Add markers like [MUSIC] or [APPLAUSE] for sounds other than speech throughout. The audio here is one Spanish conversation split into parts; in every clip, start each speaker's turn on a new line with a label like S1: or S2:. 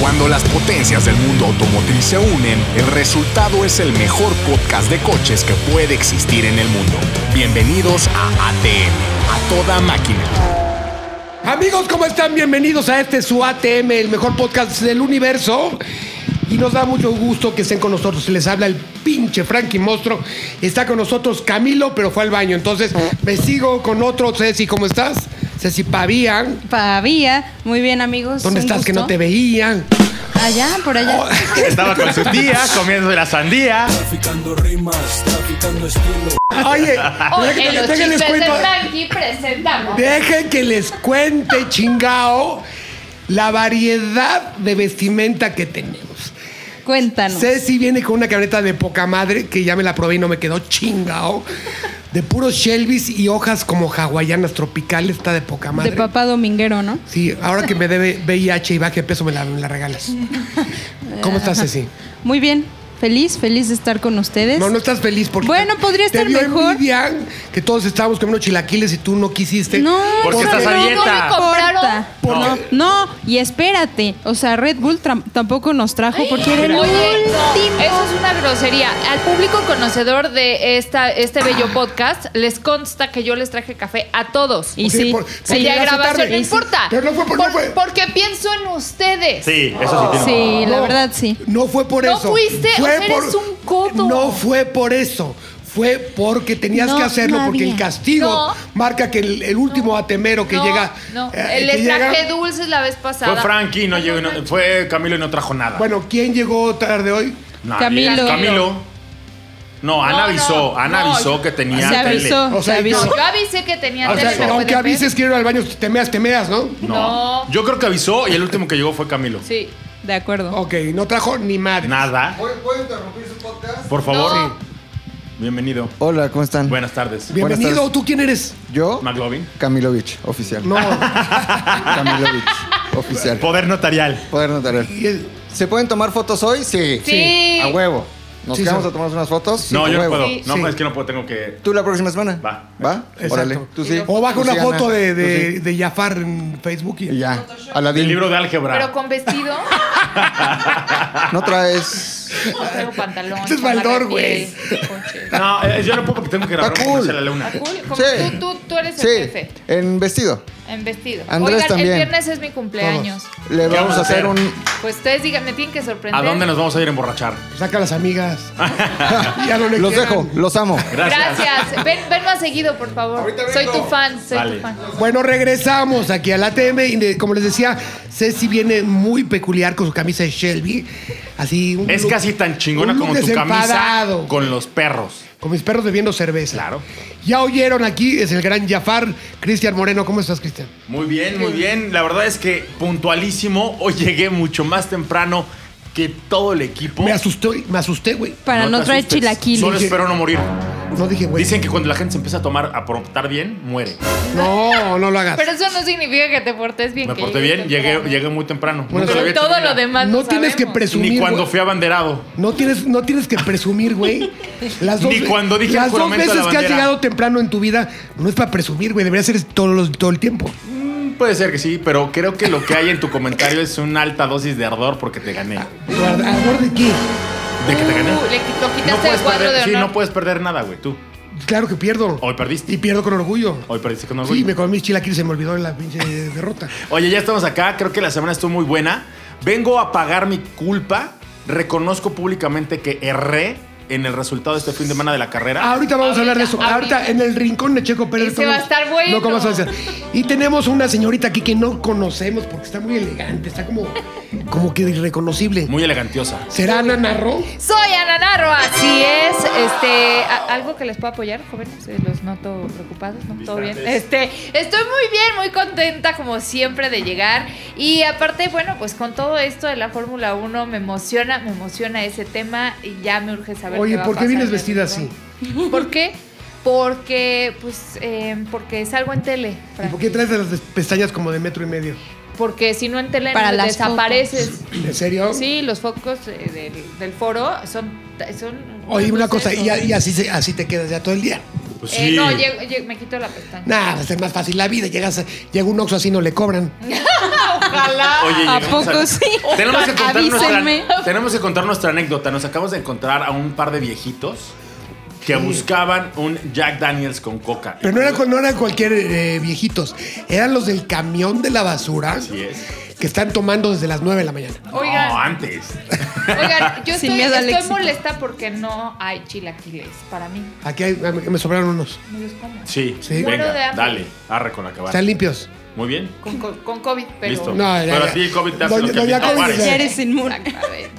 S1: Cuando las potencias del mundo automotriz se unen, el resultado es el mejor podcast de coches que puede existir en el mundo. Bienvenidos a ATM, a toda máquina.
S2: Amigos, ¿cómo están? Bienvenidos a este su ATM, el mejor podcast del universo. Y nos da mucho gusto que estén con nosotros. Les habla el pinche Frankie Mostro. Está con nosotros Camilo, pero fue al baño. Entonces, me sigo con otro. Ceci, ¿cómo estás? Ceci Pavía.
S3: Pavía. Muy bien, amigos.
S2: ¿Dónde
S3: Un
S2: estás que
S3: gusto.
S2: no te veía?
S3: Allá, por allá.
S4: Estaba con su tía comiendo la sandía.
S5: Traficando rimas, traficando estilo.
S2: Oye, dejen
S6: Oye,
S2: que-
S6: los
S2: dejen
S6: chistes
S2: les
S6: de
S2: cuento-
S6: Frankie presentamos.
S2: Dejen que les cuente, chingao, la variedad de vestimenta que tenemos.
S3: Cuéntanos.
S2: Ceci viene con una camioneta de poca madre que ya me la probé y no me quedó chingao. De puros Shelby's y hojas como hawaianas tropicales, está de poca madre.
S3: De papá dominguero, ¿no?
S2: Sí, ahora que me debe VIH y baje de peso, me la, me la regalas. ¿Cómo estás, Ceci?
S3: Muy bien. Feliz, feliz de estar con ustedes.
S2: No, no estás feliz porque.
S3: Bueno,
S2: te-
S3: podría
S2: te
S3: estar
S2: dio
S3: mejor.
S2: envidia que todos estábamos comiendo chilaquiles y tú no quisiste.
S3: No, no,
S4: Porque estás a
S3: no, no
S4: dieta.
S3: me importa.
S2: ¿Por
S3: No, no, y espérate. O sea, Red Bull tra- tampoco nos trajo porque era el
S6: Oye, no,
S3: último.
S6: eso es una grosería. Al público conocedor de esta, este bello podcast, les consta que yo les traje café a todos.
S3: Y
S2: Sí,
S3: sí,
S2: por-
S3: sí.
S2: porque
S6: Y
S2: ya
S6: la
S2: llegaste tarde.
S6: grabación no
S2: Y sí.
S6: importa.
S2: Pero no fue por- no fue-
S6: Porque pienso en ustedes.
S4: Sí, eso sí tiene.
S3: Sí, la
S2: No,
S3: verdad sí.
S2: No fue por
S6: No
S2: eso.
S6: fuiste, o sea, eres un codo.
S2: No fue por eso. Fue porque tenías
S3: No,
S2: que hacerlo,
S3: no
S2: porque el
S3: había.
S2: castigo
S6: No.
S2: marca que el, el último atemero que
S6: No,
S2: llega.
S6: No,
S2: eh, que
S6: les
S2: llega-
S6: traje dulces la vez pasada.
S4: Fue Frankie, no llegó, y no- fue Camilo y no trajo nada.
S2: Bueno, ¿quién llegó tarde hoy?
S4: Nadie.
S3: Camilo.
S4: Camilo. No, Ana
S6: No,
S4: avisó,
S6: no,
S4: Ana
S6: no,
S4: avisó
S6: yo-
S4: que tenía
S3: Se
S4: tele.
S3: avisó,
S2: O sea,
S3: se avisó.
S6: No, yo avisé que tenía
S2: O sea,
S6: tres, ¿me
S2: aunque
S6: pueden ver?
S2: avises que ir al baño, te meas, te meas, ¿no?
S4: No.
S6: No.
S4: Yo creo que avisó y el último que llegó fue Camilo.
S6: Sí.
S3: De acuerdo.
S2: Ok, no trajo ni madre.
S4: Nada.
S7: ¿Puedo, puedo interrumpir su podcast?
S4: Por favor.
S6: No.
S4: Bienvenido.
S7: Hola, ¿cómo están?
S4: Buenas tardes.
S7: Buenas
S2: Bienvenido,
S7: tardes.
S2: ¿tú quién eres?
S7: Yo,
S4: McLovin.
S7: Camilovich, oficial. [LAUGHS]
S2: No.
S4: [LAUGHS]
S7: Camilovich, oficial.
S4: Poder notarial.
S7: Poder notar.
S2: Y el-
S7: ¿Se pueden tomar fotos hoy? Sí.
S6: Sí.
S7: A huevo. ¿Nos
S2: Sí,
S7: quedamos
S2: sí.
S7: a tomar unas fotos? Sí,
S4: no,
S7: a
S4: yo no
S7: huevo.
S4: puedo.
S6: Sí,
S4: no,
S2: sí.
S4: es que no puedo, tengo que.
S7: ¿Tú la próxima semana?
S4: Va.
S7: ¿Va?
S2: Exacto.
S7: Órale. Tú sí.
S2: O baja
S7: Tú
S2: una
S7: sí,
S2: foto
S7: Ana.
S2: de,
S7: Tú
S2: de,
S7: sí.
S2: de Jafar en Facebook y,
S7: Y ya.
S4: El
S7: Aladín.
S4: libro de álgebra.
S6: Pero
S2: [LAUGHS]
S6: con vestido.
S7: No traes.
S6: No traigo pantalón.
S2: Este es
S6: chamarra de
S2: Baldor, güey. [LAUGHS]
S6: piel, coche.
S4: No, eh, yo no puedo porque tengo que grabar
S7: Está
S4: una
S7: cool.
S4: a la luna.
S6: Ah, cool. Como
S7: Sí.
S6: tú, tú, tú eres
S7: Sí.
S6: el jefe.
S7: En vestido.
S6: En vestido.
S7: Andrés
S6: Oigan,
S7: también.
S6: el viernes es mi cumpleaños.
S7: Todos. Le
S4: ¿Qué
S7: vamos a hacer un.
S6: Pues ustedes digan, me tienen que sorprender.
S4: ¿A dónde nos vamos a ir a emborrachar?
S2: saca a las amigas.
S7: [LAUGHS]
S2: [LAUGHS] ya no le
S7: Los
S2: quieran.
S7: dejo, los amo.
S4: Gracias.
S6: Gracias. Ven, ven más seguido, por favor.
S7: Ahorita
S6: Soy
S7: vengo.
S6: tu fan, soy
S4: Vale.
S6: tu fan.
S2: Bueno, regresamos aquí a la TM y de- como les decía, Ceci viene muy peculiar con su camisa de Shelby. Así un
S4: Es
S2: look-
S4: casi tan chingona
S2: un look
S4: como tu camisa
S2: desenfadado,
S4: con los perros.
S2: con mis perros bebiendo cerveza.
S4: Claro.
S2: Ya oyeron aquí, es el gran Jafar, Cristian Moreno. ¿Cómo estás, Cristian?
S4: Muy bien, muy bien. La verdad es que puntualísimo. Hoy llegué mucho más temprano que todo el equipo.
S2: Me asusté, me asusté, güey.
S3: Para no,
S4: te
S3: traer
S4: asustes. Solo
S3: chilaquiles.
S4: espero no morir.
S2: No dije, güey.
S4: Dicen que cuando la gente se empieza a tomar, a portar bien, muere.
S2: No, no lo hagas.
S6: Pero eso no significa que te portes bien.
S4: Me
S6: que
S4: porté
S6: llegues
S4: bien, llegué,
S6: temprano.
S4: llegué muy temprano.
S2: Bueno,
S4: Nunca
S2: sí.
S4: lo había hecho
S6: Todo
S4: en mi
S6: lo
S4: vida.
S6: demás
S2: no
S6: lo
S2: tienes que
S6: sabemos.
S2: presumir.
S4: Ni cuando
S2: güey.
S4: fui abanderado.
S2: No tienes, no tienes que presumir, güey. Las
S4: [LAUGHS] Ni cuando dije
S2: las dos
S4: juramento a la
S2: veces que has
S4: bandera.
S2: llegado temprano en tu vida, no es para presumir, güey. Debería ser todo, los- todo el tiempo.
S4: Mm, Puede ser que sí, pero creo que lo que hay en tu comentario es una alta dosis de ardor porque te gané.
S2: Guarda- ¿Ardor de qué?
S4: De que te gané.
S6: Uh, le quitó-
S4: No
S6: quitaste
S4: puedes
S6: el cuadro de
S4: perder,
S6: honor.
S4: sí, no puedes perder nada, güey. Tú.
S2: Claro que pierdo.
S4: Hoy perdiste.
S2: Y pierdo con orgullo.
S4: Hoy perdiste con
S2: Sí,
S4: orgullo.
S2: me comí mis chilaquiles, se me olvidó la pinche derrota.
S4: Oye, ya estamos acá. Creo que la semana estuvo muy buena. Vengo a pagar mi culpa. Reconozco públicamente que erré en el resultado de este fin de semana de la carrera.
S2: Ahorita vamos a hablar de eso.
S6: Ahorita,
S2: Ahorita,
S6: ahorita.
S2: en el rincón de Checo Pérez.
S6: Ese va a
S2: estamos-
S6: estar bueno.
S2: No, ¿cómo vas a hacer? Y tenemos una señorita aquí que no conocemos porque está muy elegante, está como, como que irreconocible.
S4: Muy elegantiosa.
S2: ¿Será Ana Narro?
S6: Soy Ana Narro, así es. Este, a- algo que les puedo apoyar, jóvenes, Eh, los noto preocupados, ¿no? Todo bien. Este, estoy muy bien, muy contenta como siempre de llegar y aparte, bueno, pues con todo esto de la Fórmula 1 me emociona, me emociona ese tema y ya me urge saber
S2: Oye,
S6: va a
S2: ¿por qué
S6: pasar
S2: vienes
S6: en el
S2: vestida
S6: mundo.
S2: así?
S6: ¿Por qué? Porque pues eh, porque salgo en tele,
S2: ¿Y
S6: Fran.
S2: por qué traes las pestañas como de metro y medio?
S6: porque si no en tele
S3: Para
S6: no
S3: las
S6: desapareces.
S2: ¿En serio?
S6: Sí, los focos eh, del, del foro son son
S2: Oye, una cosa,
S6: esos.
S2: y, y así, se- así te quedas ya todo el día.
S4: Pues
S6: Eh,
S4: sí.
S6: no, llego- llego- me quito la pestaña.
S2: Nada, va a ser más fácil la vida. Llegas, a- llega un oxo así, no le cobran.
S6: Ojalá.
S4: Oye,
S3: ¿A
S4: llegamos
S3: poco sí?
S4: Tenemos que, contar nuestra,
S3: Avísenme.
S4: tenemos que contar nuestra anécdota. Nos acabamos de encontrar a un par de viejitos que buscaban un Jack Daniels con coca.
S2: Pero no eran, con- no eran cualquier eh, viejitos, eran los del camión de la basura
S4: Así es.
S2: que están tomando desde las 9 de la mañana.
S4: No,
S6: Oigan,
S4: antes.
S6: oigan, yo
S3: Sin
S6: estoy,
S3: miedo al
S6: estoy
S3: éxito.
S6: molesta porque no hay chilaquiles para mí.
S2: Aquí hay- ah, me sobraron unos.
S6: No los como.
S4: Sí,
S2: Sí.
S6: Muero de
S4: venga,
S6: hambre.
S4: dale, arre con acabar.
S2: Están limpios.
S4: Muy bien.
S6: Con, co- con COVID, pero.
S4: Listo.
S2: No, ya,
S4: Pero
S2: ya.
S4: a ti el COVID te hace
S2: Doña-
S4: los
S2: doña
S4: callitos,
S2: Connie
S4: Juárez.
S2: dice-
S3: Ya eres inmune.
S6: Exactamente.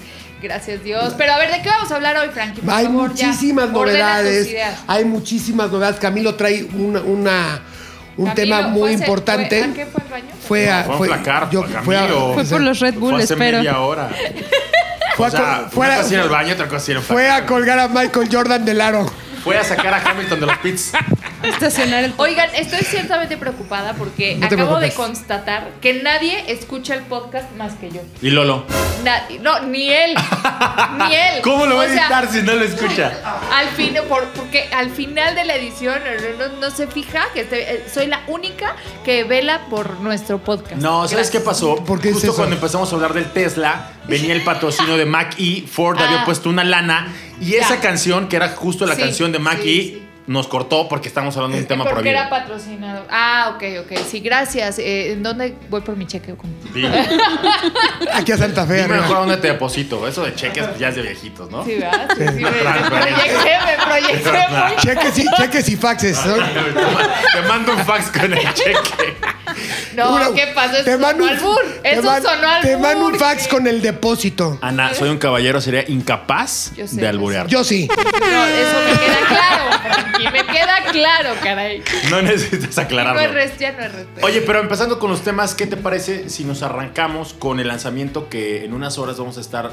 S6: Gracias Dios. Pero a ver, ¿de qué vamos a hablar hoy, Frankie? Por
S2: Hay
S6: favor, ya.
S2: muchísimas
S6: Ordena tus
S2: novedades.
S6: ideas.
S2: Hay muchísimas novedades. Camilo trae una, una- un
S6: Camilo,
S2: tema
S6: ¿fue
S2: muy
S6: ese-
S2: importante.
S6: fue- ¿A qué fue el baño?
S2: Fue a.
S4: Fue a
S2: Fue,
S4: placar,
S2: yo-
S4: pa'
S2: fue a-
S4: Camilo.
S3: Fue por los Red Bull,
S4: Fue hace
S3: espero.
S4: media
S6: [LAUGHS]
S4: hora.
S2: fue a
S4: o sea,
S2: col- fue a-
S4: una cosa en el baño, otra cosa en el
S2: fue a colgar a Michael Jordan del aro.
S4: Fue a sacar a Hamilton de los pits.
S3: Estacionar el
S6: Oigan, estoy ciertamente preocupada porque
S2: No te
S6: acabo de
S2: preocupes.
S6: constatar que nadie escucha el podcast más que yo.
S4: Y Lolo.
S6: Nadie. No, ni él.
S4: [LAUGHS]
S6: ni él.
S4: ¿Cómo lo va a
S6: O sea,
S4: editar si no lo escucha?
S6: Al fin, por- porque al final de la edición no, no- no se fija que te- eh, soy la única que vela por nuestro podcast.
S4: No, ¿sabes qué pasó?
S2: ¿Por qué es
S4: Justo
S2: eso?
S4: cuando empezamos a hablar del Tesla, venía el patrocinio de Mac E, Ford había
S6: Ah.
S4: puesto una lana y
S6: Ya.
S4: esa canción, que era justo la
S6: Sí,
S4: canción de Mac
S6: sí,
S4: E,
S6: sí. Eh,
S4: nos cortó porque estábamos hablando de un tema
S6: Porque
S4: prohibido.
S6: era patrocinado. Ah, ok, ok. Sí, gracias. Eh, ¿En dónde voy por mi cheque? ¿Cómo?
S4: Dime,
S2: Aquí a Santa Fe.
S4: dime
S2: arriba.
S4: mejor dónde te deposito. Eso de cheques pues, ya es de viejitos, ¿no?
S6: Sí, ¿verdad? Sí, sí, me, me
S4: Transferencia.
S6: proyecté, me proyecté muy
S2: Cheques y, cheques y faxes. ¿no?
S4: Te mando un fax con el cheque.
S6: No,
S2: Una-
S6: ¿qué pasó? Eso
S2: te
S6: sonó
S2: mando un-
S6: al burro.
S2: te
S6: Eso
S2: man-
S6: sonó al
S2: Te mando un
S6: burro.
S2: fax con el depósito.
S4: Ana, soy un caballero, sería incapaz
S6: Yo sé,
S4: de
S6: yo
S4: alburear.
S2: Yo sí.
S6: No, eso me queda claro, Frankie. Me queda claro, caray.
S4: No necesitas
S6: No
S4: aclararlo.
S6: es res- ya no es respeto.
S4: Oye, pero empezando con los temas, ¿qué te parece si nos arrancamos con el lanzamiento que en unas horas vamos a estar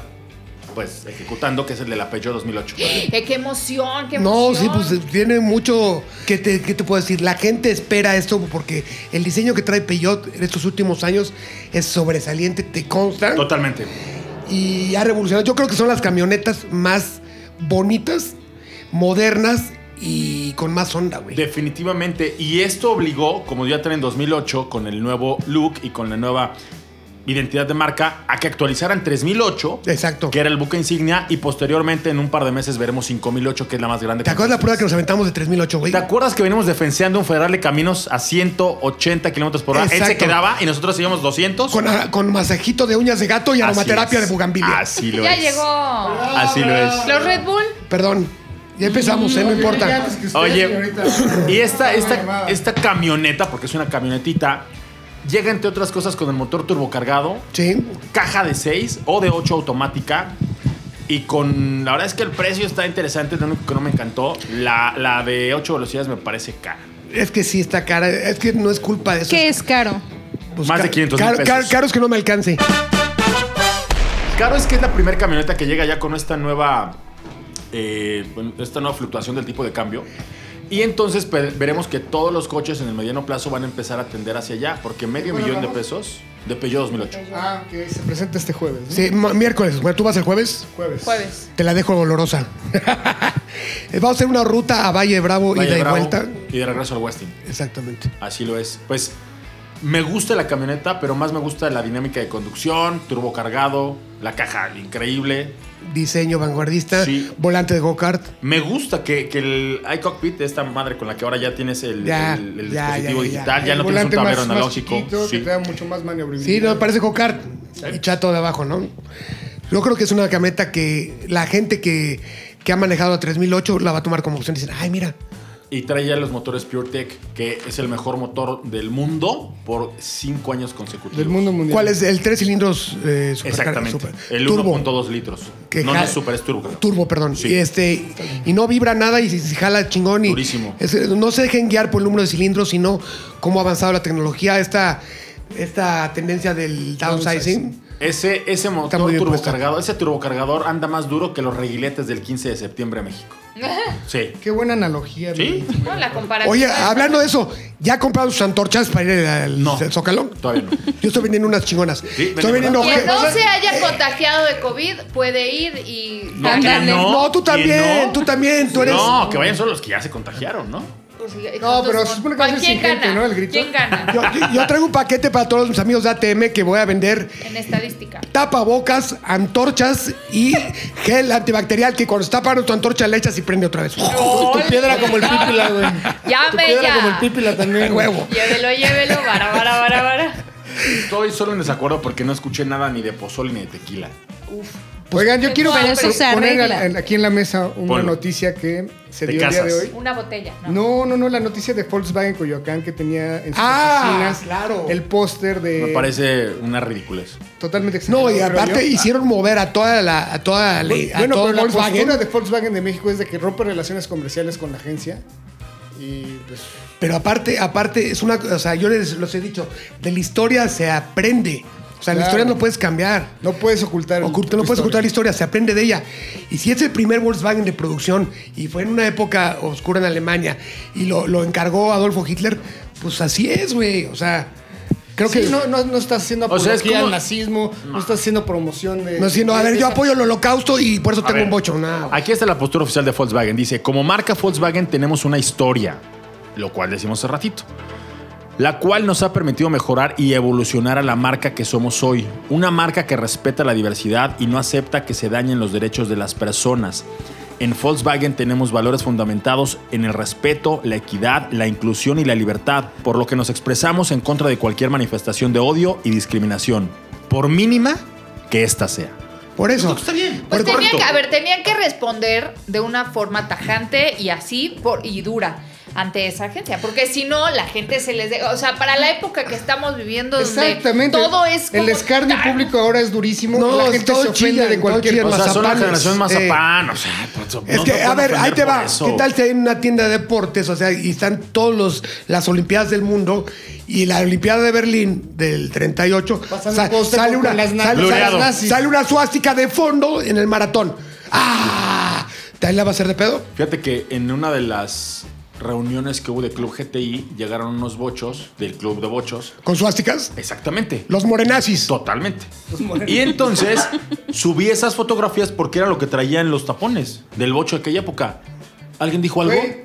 S4: pues ejecutando, que es el de la Peugeot 2008?
S6: Eh, qué emoción, qué
S2: No, sí,
S6: emoción.
S2: pues tiene mucho. ¿Qué te, qué te puedo decir? La gente espera esto porque el diseño que trae Peugeot en estos últimos años es sobresaliente, te consta.
S4: Totalmente.
S2: Y ha revolucionado. Yo creo que son las camionetas más bonitas, modernas y con más onda, güey.
S4: Definitivamente. Y esto obligó, como ya traen en 2008, con el nuevo look y con la nueva identidad de marca, a que actualizaran 3008,
S2: Exacto.
S4: que era el buque insignia, y posteriormente en un par de meses veremos 5008, que es la más grande.
S2: ¿Te acuerdas la prueba que nos aventamos de 3008, güey?
S4: ¿Te acuerdas que venimos defenseando un Federal de caminos a 180 kilómetros por hora? Él se
S2: Exacto.
S4: quedaba y nosotros íbamos 200.
S2: Con, ah, con masajito de uñas de gato y
S4: Así
S2: aromaterapia
S4: es.
S2: de bugambilia.
S4: Así lo
S6: Ya
S4: es.
S6: llegó.
S4: Así lo es.
S6: Los Red Bull.
S2: Perdón. Ya empezamos, ¿eh? No importa.
S4: Oye, y esta, esta, esta camioneta, porque es una camionetita, llega entre otras cosas con el motor turbocargado,
S2: Sí.
S4: caja de 6 o de 8 automática. Y con. La verdad es que el precio está interesante, lo único que no me encantó. La, la de 8 velocidades me parece cara.
S2: Es que sí está cara. Es que no es culpa de eso.
S3: ¿Qué es caro?
S2: Pues
S4: Más de
S2: ca-
S4: 500 mil
S2: caro-
S4: pesos.
S2: caro- caro es que no me alcance.
S4: Claro es que es la primera camioneta que llega ya con esta nueva. eh, bueno, esta nueva fluctuación del tipo de cambio. Y entonces pe- veremos que todos los coches en el mediano plazo van a empezar a tender hacia allá, porque medio millón de pesos de Peugeot 2008.
S7: Ah, que se presenta este jueves. ¿no?
S2: Sí, ma- miércoles. Bueno, tú vas el jueves.
S8: Pues,
S7: Jueves.
S6: Jueves.
S2: Te la dejo olorosa. [LAUGHS] Vamos a hacer una ruta a Valle Bravo
S4: Valle
S2: ida y de
S4: Bravo
S2: vuelta.
S4: Y de regreso al Westing.
S2: Exactamente.
S4: Así lo es. Pues me gusta la camioneta, pero más me gusta la dinámica de conducción, turbo cargado, la caja increíble.
S2: Diseño vanguardista,
S4: Sí.
S2: volante de go-kart.
S4: Me gusta que, que el iCockpit, esta madre con la que ahora ya tienes el,
S2: Ya,
S4: el- el
S2: ya,
S4: dispositivo
S2: ya, ya.
S4: digital, ya,
S7: El
S4: no tienes un
S7: volante
S4: tablero
S7: más- más
S4: analógico.
S7: chiquito,
S4: sí.
S7: Que te da mucho más maniobrabilidad.
S2: Sí, no, parece go-kart. Y chato de abajo, ¿no? Yo creo que es una camioneta que la gente que, que ha manejado a 3008 la va a tomar como opción. Dicen, ay, mira,
S4: Y trae ya los motores PureTech, que es el mejor motor del mundo por cinco años consecutivos.
S7: Del mundo mundial.
S2: ¿cuál es el tres cilindros eh, supercar-
S4: Exactamente.
S2: super-
S4: el
S2: turbo?
S4: 1.2 litros.
S2: Que
S4: no, no
S2: jala-
S4: es super, es turbo. creo.
S2: Turbo, perdón.
S4: Sí.
S2: Y este y no vibra nada y se, se jala chingón y
S4: Durísimo.
S2: es- no se dejen guiar por el número de cilindros, sino cómo ha avanzado la tecnología, esta esta tendencia del downsizing.
S4: Ese, ese motor
S2: muy bien puesto.
S4: turbocargado, ese turbocargador anda más duro que los reguiletes del 15 de septiembre a México. Sí.
S7: Qué buena analogía.
S4: ¿Sí?
S7: Luis.
S6: No, la comparación.
S2: Oye, hablando de eso, ¿ya compraron sus antorchas para ir al
S4: No.
S2: Zócalo?
S4: Todavía no.
S2: Yo estoy vendiendo unas chingonas. estoy
S4: vende,
S2: vendiendo
S6: Quien
S2: obje-
S6: no se haya contagiado de COVID puede ir y.
S4: No,
S3: Ándale.
S4: ¿quién
S2: No, tú
S4: ¿Quién
S2: también,
S4: no?
S2: tú también, tú eres
S4: No, que vayan solo los que ya se contagiaron, ¿no?
S6: por si.
S8: No, pero se supone que va a ser
S6: ¿Quién
S8: sin gente,
S6: gana?
S8: ¿no? El grito.
S6: ¿Quién gana?
S2: Yo, yo- yo traigo un paquete para todos mis amigos de ATM que voy a vender
S6: En estadística.
S2: tapabocas, antorchas y gel antibacterial que cuando está parado tu antorcha le echas y prende otra vez.
S8: Tu piedra como el pípila, güey. Tu
S6: Llame
S8: piedra
S6: ya.
S8: como el pípila también. güey.
S2: Huevo.
S6: Llévelo, llévelo, vara, vara, vara, vara.
S4: Estoy solo en desacuerdo porque no escuché nada ni de pozole ni de tequila.
S8: Oigan, yo quiero
S6: Pero
S8: ver-
S6: eso
S3: se
S8: poner
S3: arregla.
S8: en- aquí en la mesa una
S4: Ponlo.
S8: noticia que se
S4: Te
S8: dio el día de
S4: casas.
S8: hoy.
S6: Una botella, ¿no?
S8: No, no, no, la noticia de Volkswagen Coyoacán que tenía en sus
S2: Ah,
S8: oficinas
S2: claro.
S8: el póster de...
S4: Me parece una ridiculez.
S8: Totalmente
S2: No, y
S8: creo
S2: aparte
S8: yo.
S2: hicieron mover a toda la, a toda la, a
S8: Ah. Bueno,
S2: todo
S8: pero la
S2: Volkswagen.
S8: postura de Volkswagen de México es de que rompe relaciones comerciales con la agencia y pues...
S2: Pero aparte, aparte, es una, o sea, yo les los he dicho, de la historia se aprende. O sea, la
S8: Claro.
S2: historia no puedes cambiar.
S8: No puedes ocultar.
S2: Oculta-
S8: tu
S2: no puedes
S8: historia.
S2: ocultar la historia, se aprende de ella. Y si es el primer Volkswagen de producción y fue en una época oscura en Alemania y lo, lo encargó Adolfo Hitler, pues así es, güey. O sea, creo
S8: Sí,
S2: que no,
S8: no, no, no estás haciendo
S4: O sea, es
S8: apología
S4: como-
S8: al nazismo, no. estás haciendo promoción de.
S2: sino, a
S8: de-
S2: ver,
S8: de
S2: yo
S8: esa-
S2: apoyo el holocausto y por eso
S4: A
S2: tengo
S4: ver,
S2: un bocho. nada.
S4: Aquí está la postura oficial de Volkswagen. Dice, como marca Volkswagen tenemos una historia, lo cual decimos hace ratito, la cual nos ha permitido mejorar y evolucionar a la marca que somos hoy. Una marca que respeta la diversidad y no acepta que se dañen los derechos de las personas. En Volkswagen tenemos valores fundamentados en el respeto, la equidad, la inclusión y la libertad, por lo que nos expresamos en contra de cualquier manifestación de odio y discriminación, por mínima que ésta sea.
S2: por eso.
S6: Pues
S2: Por-
S6: tenían que, a ver, tenían que responder de una forma tajante y así por, y dura ante esa agencia, porque si no la gente se les, de- o sea, para la época que estamos viviendo donde
S8: Exactamente.
S6: todo es como
S8: El escarnio
S6: tan-
S8: público ahora es durísimo.
S2: No,
S8: la gente
S2: todo
S8: se ofende
S2: chillan,
S8: de cualquier
S2: todo
S4: O
S2: chillan.
S8: cosa.
S4: sea, son la
S2: Mazapanes,
S4: generación
S2: eh,
S4: mazapán, o sea, pues,
S2: Es
S4: no
S2: que,
S4: te pueden
S2: a ver, ahí
S4: ofender
S2: te
S4: por
S2: va.
S4: eso.
S2: ¿Qué tal si hay una tienda de deportes? O sea, y están todos los las Olimpiadas del mundo y la Olimpiada de Berlín del 38
S8: Pasan
S2: sa-
S8: un póster
S2: sale
S8: con
S2: una
S8: las nazis.
S2: sale- sale-
S4: Blureado.
S2: nazis. sale una suástica de fondo en el maratón. ¡Ah! ¿También la va a hacer de pedo?
S4: Fíjate que en una de las reuniones que hubo de Club GTI llegaron unos bochos del Club de Bochos.
S2: ¿Con suásticas?
S4: Exactamente.
S2: Los morenazis.
S4: Totalmente. Y entonces subí esas fotografías porque era lo que traían los tapones del bocho de aquella época. ¿Alguien dijo algo?
S8: Güey,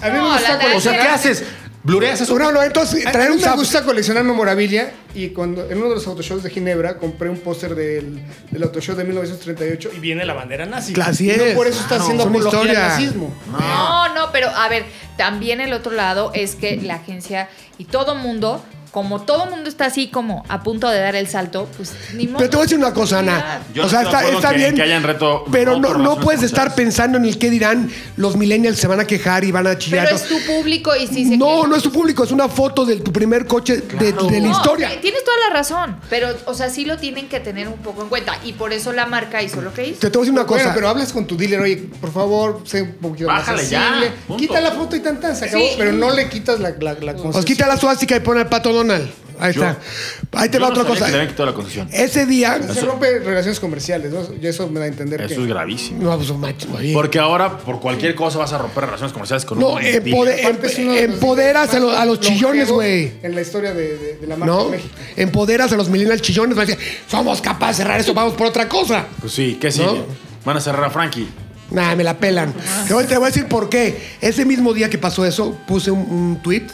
S8: A mí
S6: No,
S8: me gusta
S6: la-
S8: coleccionar.
S4: O sea, ¿qué haces? ¿Blureas eso?
S2: No, no, entonces
S8: A-
S2: traer
S8: a
S2: un
S8: mí me
S2: zap-
S8: gusta coleccionar memorabilia y cuando en uno de los autoshows de Ginebra compré un póster del, del autoshow de 1938 y viene la bandera nazi.
S2: Claro, así
S8: Y no
S2: es.
S8: por eso está
S2: Claro.
S8: haciendo
S2: Es una
S8: apología al
S2: historia.
S8: nazismo.
S6: No, no, pero a ver, también el otro lado es que la agencia y todo mundo, como todo mundo está así como a punto de dar el salto, pues ni modo.
S2: Pero te voy a decir una cosa, Ana.
S4: Yo
S2: o sea,
S4: no estoy de
S2: está,
S4: acuerdo
S2: está
S4: que-
S2: bien.
S4: que hayan reto-
S2: pero
S4: no
S2: no,
S4: por
S2: no
S4: razones
S2: puedes estar
S4: comerciales.
S2: pensando en el qué dirán. Los millennials se van a quejar y van a chillar.
S6: Pero es tu público y si se
S2: no,
S6: quiere-
S2: no es tu público, es una foto de tu primer coche de, de la
S6: No,
S2: historia.
S6: ti- Tienes toda la razón, pero, o sea, sí lo tienen que tener un poco en cuenta y por eso la marca hizo lo que hizo.
S2: Te, te voy a decir una cosa.
S8: Bueno, pero hablas con tu dealer, oye, por favor, sé un poquito
S4: Bájale
S8: más
S4: ya,
S8: sensible.
S4: punto.
S8: Quita la foto y tan tan, se acabó,
S6: Sí.
S8: pero no le quitas la, la, la
S2: Os
S8: concesión.
S2: quita la suástica y pone al pato Donald. Ahí
S4: Yo-
S2: está. Ahí te
S4: Yo
S2: va
S4: no
S2: otra
S4: sabía
S2: cosa.
S4: que le habían quitado la concesión.
S2: Ese día.
S8: Se rompe relaciones comerciales, ¿no? Y eso me da a
S2: Eh,
S8: entender que...
S4: Eso es gravísimo.
S2: No, pues, macho, oye.
S4: Porque ahora por cualquier cosa vas a romper relaciones comerciales con
S2: No, eh,
S4: un
S2: empode-
S8: Aparte, es uno
S2: em-
S8: de los
S2: empoderas a,
S8: líderes
S2: lo-
S8: más
S2: a los chillones,
S8: longevos
S2: güey.
S8: En la historia de, de- de la marca
S2: ¿No?
S8: de México.
S2: Empoderas a los millennials chillones. Vas a decir, somos capaces de cerrar esto, vamos por otra cosa.
S4: Pues sí, ¿qué sigue?
S2: ¿No?
S4: Van a cerrar a Frankie.
S2: Nah, me la pelan. Te voy, te voy a decir por qué. Ese mismo día que pasó eso, puse un, un tweet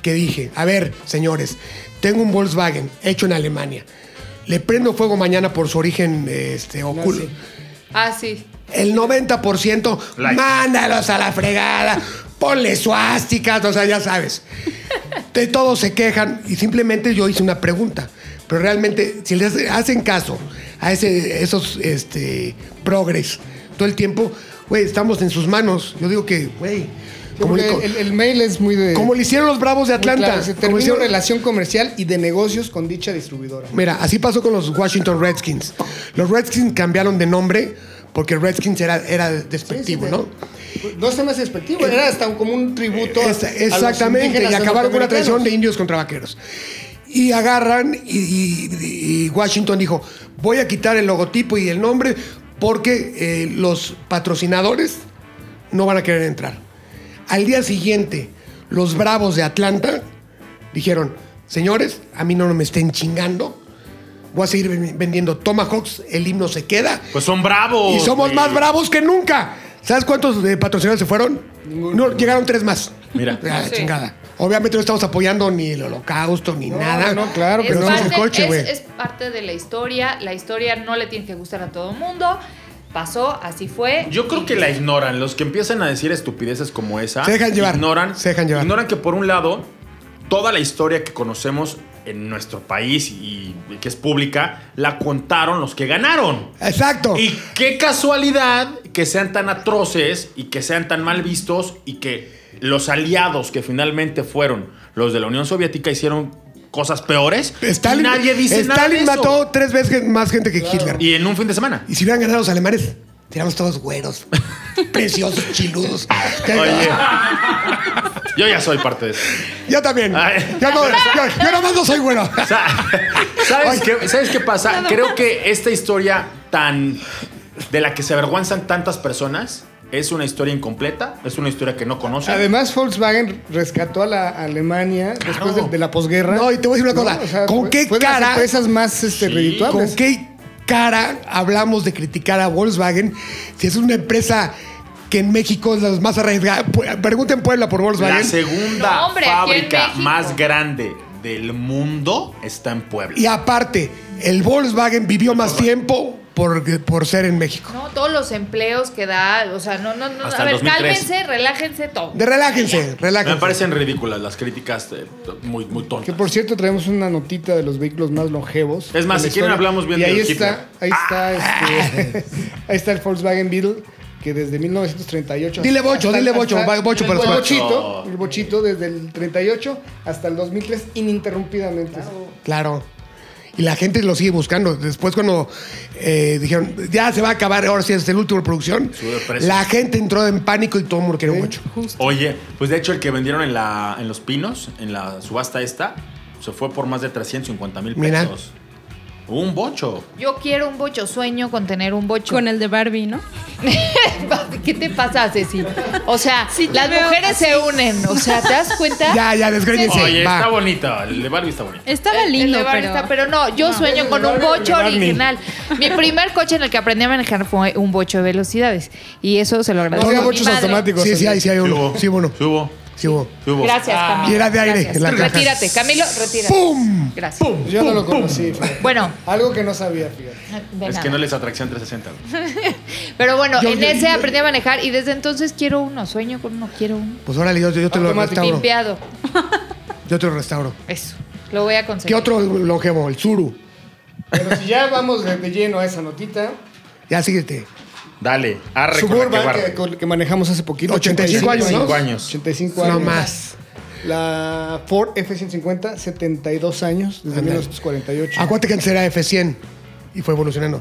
S2: que dije, a ver, señores, tengo un Volkswagen hecho en Alemania. Le prendo fuego mañana por su origen este, oculto.
S6: Ah, sí.
S2: El 90%,
S4: Like.
S2: mándalos a la fregada, ponle suásticas, o sea, ya sabes. De todos se quejan y simplemente yo hice una pregunta. Pero realmente, si les hacen caso a ese, esos este, progres todo el tiempo, güey, estamos en sus manos. Yo digo que, güey, como,
S8: Porque
S2: le- co-
S8: el, el mail es muy de...
S2: como le hicieron los Bravos de
S8: muy claro,
S2: Atlanta.
S8: se
S2: como
S8: termina
S2: hicieron-
S8: relación comercial y de negocios con dicha distribuidora.
S2: Mira, así pasó con los Washington Redskins. Los Redskins cambiaron de nombre porque Redskins era, era despectivo,
S8: Sí, sí,
S2: ¿no?
S8: No se me hace despectivo, era hasta como un tributo.
S2: Es- exactamente, y acabaron con una traición de indios contra vaqueros. Y agarran y, y- y Washington dijo, voy a quitar el logotipo y el nombre porque eh, los patrocinadores no van a querer entrar. Al día siguiente, los Bravos de Atlanta dijeron, señores, a mí no me estén chingando, voy a seguir ven- vendiendo Tomahawks, el himno se queda
S4: Pues son bravos.
S2: y somos
S4: güey.
S2: más bravos que nunca. ¿Sabes cuántos eh, patrocinadores se fueron? No, llegaron tres más.
S4: Mira.
S2: Ah,
S6: Sí.
S2: chingada. Obviamente no estamos apoyando ni el holocausto ni nada.
S8: no, claro que
S6: es,
S2: pero no es el
S6: parte,
S2: coche,
S6: es-
S2: güey.
S6: es parte de la historia. La historia no le tiene que gustar a todo el mundo. Pasó, así fue.
S4: Yo creo que la ignoran. Los que empiezan a decir estupideces como esa.
S2: Se dejan llevar,
S4: Ignoran.
S2: se dejan llevar.
S4: Ignoran que, por un lado, toda la historia que conocemos en nuestro país y y que es pública, la contaron los que ganaron.
S2: Exacto.
S4: Y qué casualidad que sean tan atroces y que sean tan mal vistos y que los aliados que finalmente fueron los de la Unión Soviética hicieron cosas peores.
S2: Stalin,
S4: y nadie dice nada. de
S2: Stalin
S4: eso.
S2: mató tres veces gen- más gente que Hitler. Y,
S4: Y en un fin de semana.
S2: si hubieran ganado los alemanes, tiramos todos
S4: [LAUGHS]
S2: güeros, preciosos, chiludos.
S4: Oye. Yo ya soy parte de eso.
S2: Yo también.
S4: Ay.
S2: Yo, no, yo- yo nomás no soy güero.
S4: Sa- ¿Sabes, qué, ¿Sabes qué pasa? Creo que esta historia tan. de la que se avergüenzan tantas personas es una historia incompleta, es una historia que no conocen.
S8: Además, Volkswagen rescató a la Alemania después de, de la posguerra.
S2: No, y te voy a decir una cosa. ¿Con
S8: fue-
S2: qué
S8: fue de las
S2: cara-
S8: empresas más este, redituables.
S2: ¿Con qué cara hablamos de criticar a Volkswagen si es una empresa que en México es la más arriesgada? Pu- Pregunten Puebla por
S4: la
S2: Volkswagen.
S4: segunda
S6: No, hombre, aquí en
S4: fábrica
S6: México.
S4: más grande del mundo está en Puebla.
S2: Y aparte, el Volkswagen vivió más tiempo por, por ser en México.
S6: No, todos los empleos que da. O sea, no, no, no.
S4: Hasta
S6: a
S4: el
S6: ver,
S4: 2003.
S6: cálmense, relájense todo.
S2: De relájense, relájense.
S4: Me parecen ridículas las críticas eh, muy, muy
S8: Que
S4: tontas.
S8: por cierto traemos una notita de los vehículos más longevos.
S4: Es más,
S8: de la
S4: si quieren,
S8: historia.
S4: hablamos bien Ah.
S8: y
S4: de
S8: ahí
S4: Hitler.
S8: está, ahí está, este, [LAUGHS] ahí está el Volkswagen Beetle que desde 1938.
S2: Dile bocho, dile bocho, va- bocho
S8: el
S2: para los
S8: bochito,
S4: cuatro.
S8: el bochito desde el 38 hasta el 2003 ininterrumpidamente.
S2: Claro. Y la gente lo sigue buscando. Después cuando eh, dijeron, ya se va a acabar, ahora sí es el último de producción,
S4: Sube de precio.
S2: la gente entró en pánico y todo el mundo quería un bocho.
S4: Oye, pues de hecho el que vendieron en, la, en Los Pinos, en la subasta esta, se fue por más de 350 mil
S2: Mira.
S4: pesos. Un bocho.
S6: Yo quiero un bocho, sueño con tener un bocho.
S3: Con el de Barbie, ¿no?
S6: [LAUGHS] ¿Qué te pasa, Ceci? O sea,
S3: Sí, te
S6: las
S3: veo
S6: mujeres se unen. O sea, ¿te das
S2: [LAUGHS]
S6: cuenta?
S2: Ya, ya, desgreñense.
S4: Oye,
S2: va.
S4: está bonito. El de Barbie está bonito.
S3: Estaba
S6: El- el
S3: lindo,
S6: de Barbie
S3: pero...
S6: está- no, yo sueño con un bocho
S8: Barbie.
S6: original. Mi primer coche en el que aprendí a manejar fue un bocho de velocidades. Y eso se lo
S8: No
S6: agradezco.
S8: había
S6: a mi
S8: bochos
S6: madre.
S8: automáticos.
S2: Sí, sí, hay, sí hay uno. Sí, uno.
S4: Subo.
S2: Sí hubo.
S4: Subo.
S6: Gracias, Camilo.
S2: Ah. Y era de aire, en la caja.
S6: retírate, Camilo, retírate.
S2: ¡Pum!
S6: Gracias.
S8: Yo no lo conocí. fíjate.
S6: Bueno,
S8: Algo que no sabía, fíjate.
S6: de
S4: Es
S6: nada.
S4: que no les atracción 360. güey.
S6: Pero bueno,
S2: Yo-
S6: en
S2: yo-
S6: ese
S2: yo-
S6: aprendí a manejar y desde entonces quiero uno. Sueño con uno, quiero uno.
S2: Pues órale, yo, yo te lo
S8: Automático.
S2: restauro.
S6: Limpiado.
S2: Yo te lo restauro.
S6: Eso. Lo voy a conseguir.
S2: ¿Qué otro longevo? El Zuru.
S8: Pero si ya vamos de, de lleno a esa notita,
S2: Ya síguete.
S4: Dale. Arre con la que
S8: Suburban
S4: barre.
S8: que, que manejamos hace poquito.
S2: 85 años, ¿no?
S4: 85 años.
S8: 85
S2: No
S8: años.
S2: más.
S8: La Ford F-150, 72 años, desde
S2: Ándale. Ah,
S8: 1948.
S2: Acuérdate que antes era F100 y fue evolucionando.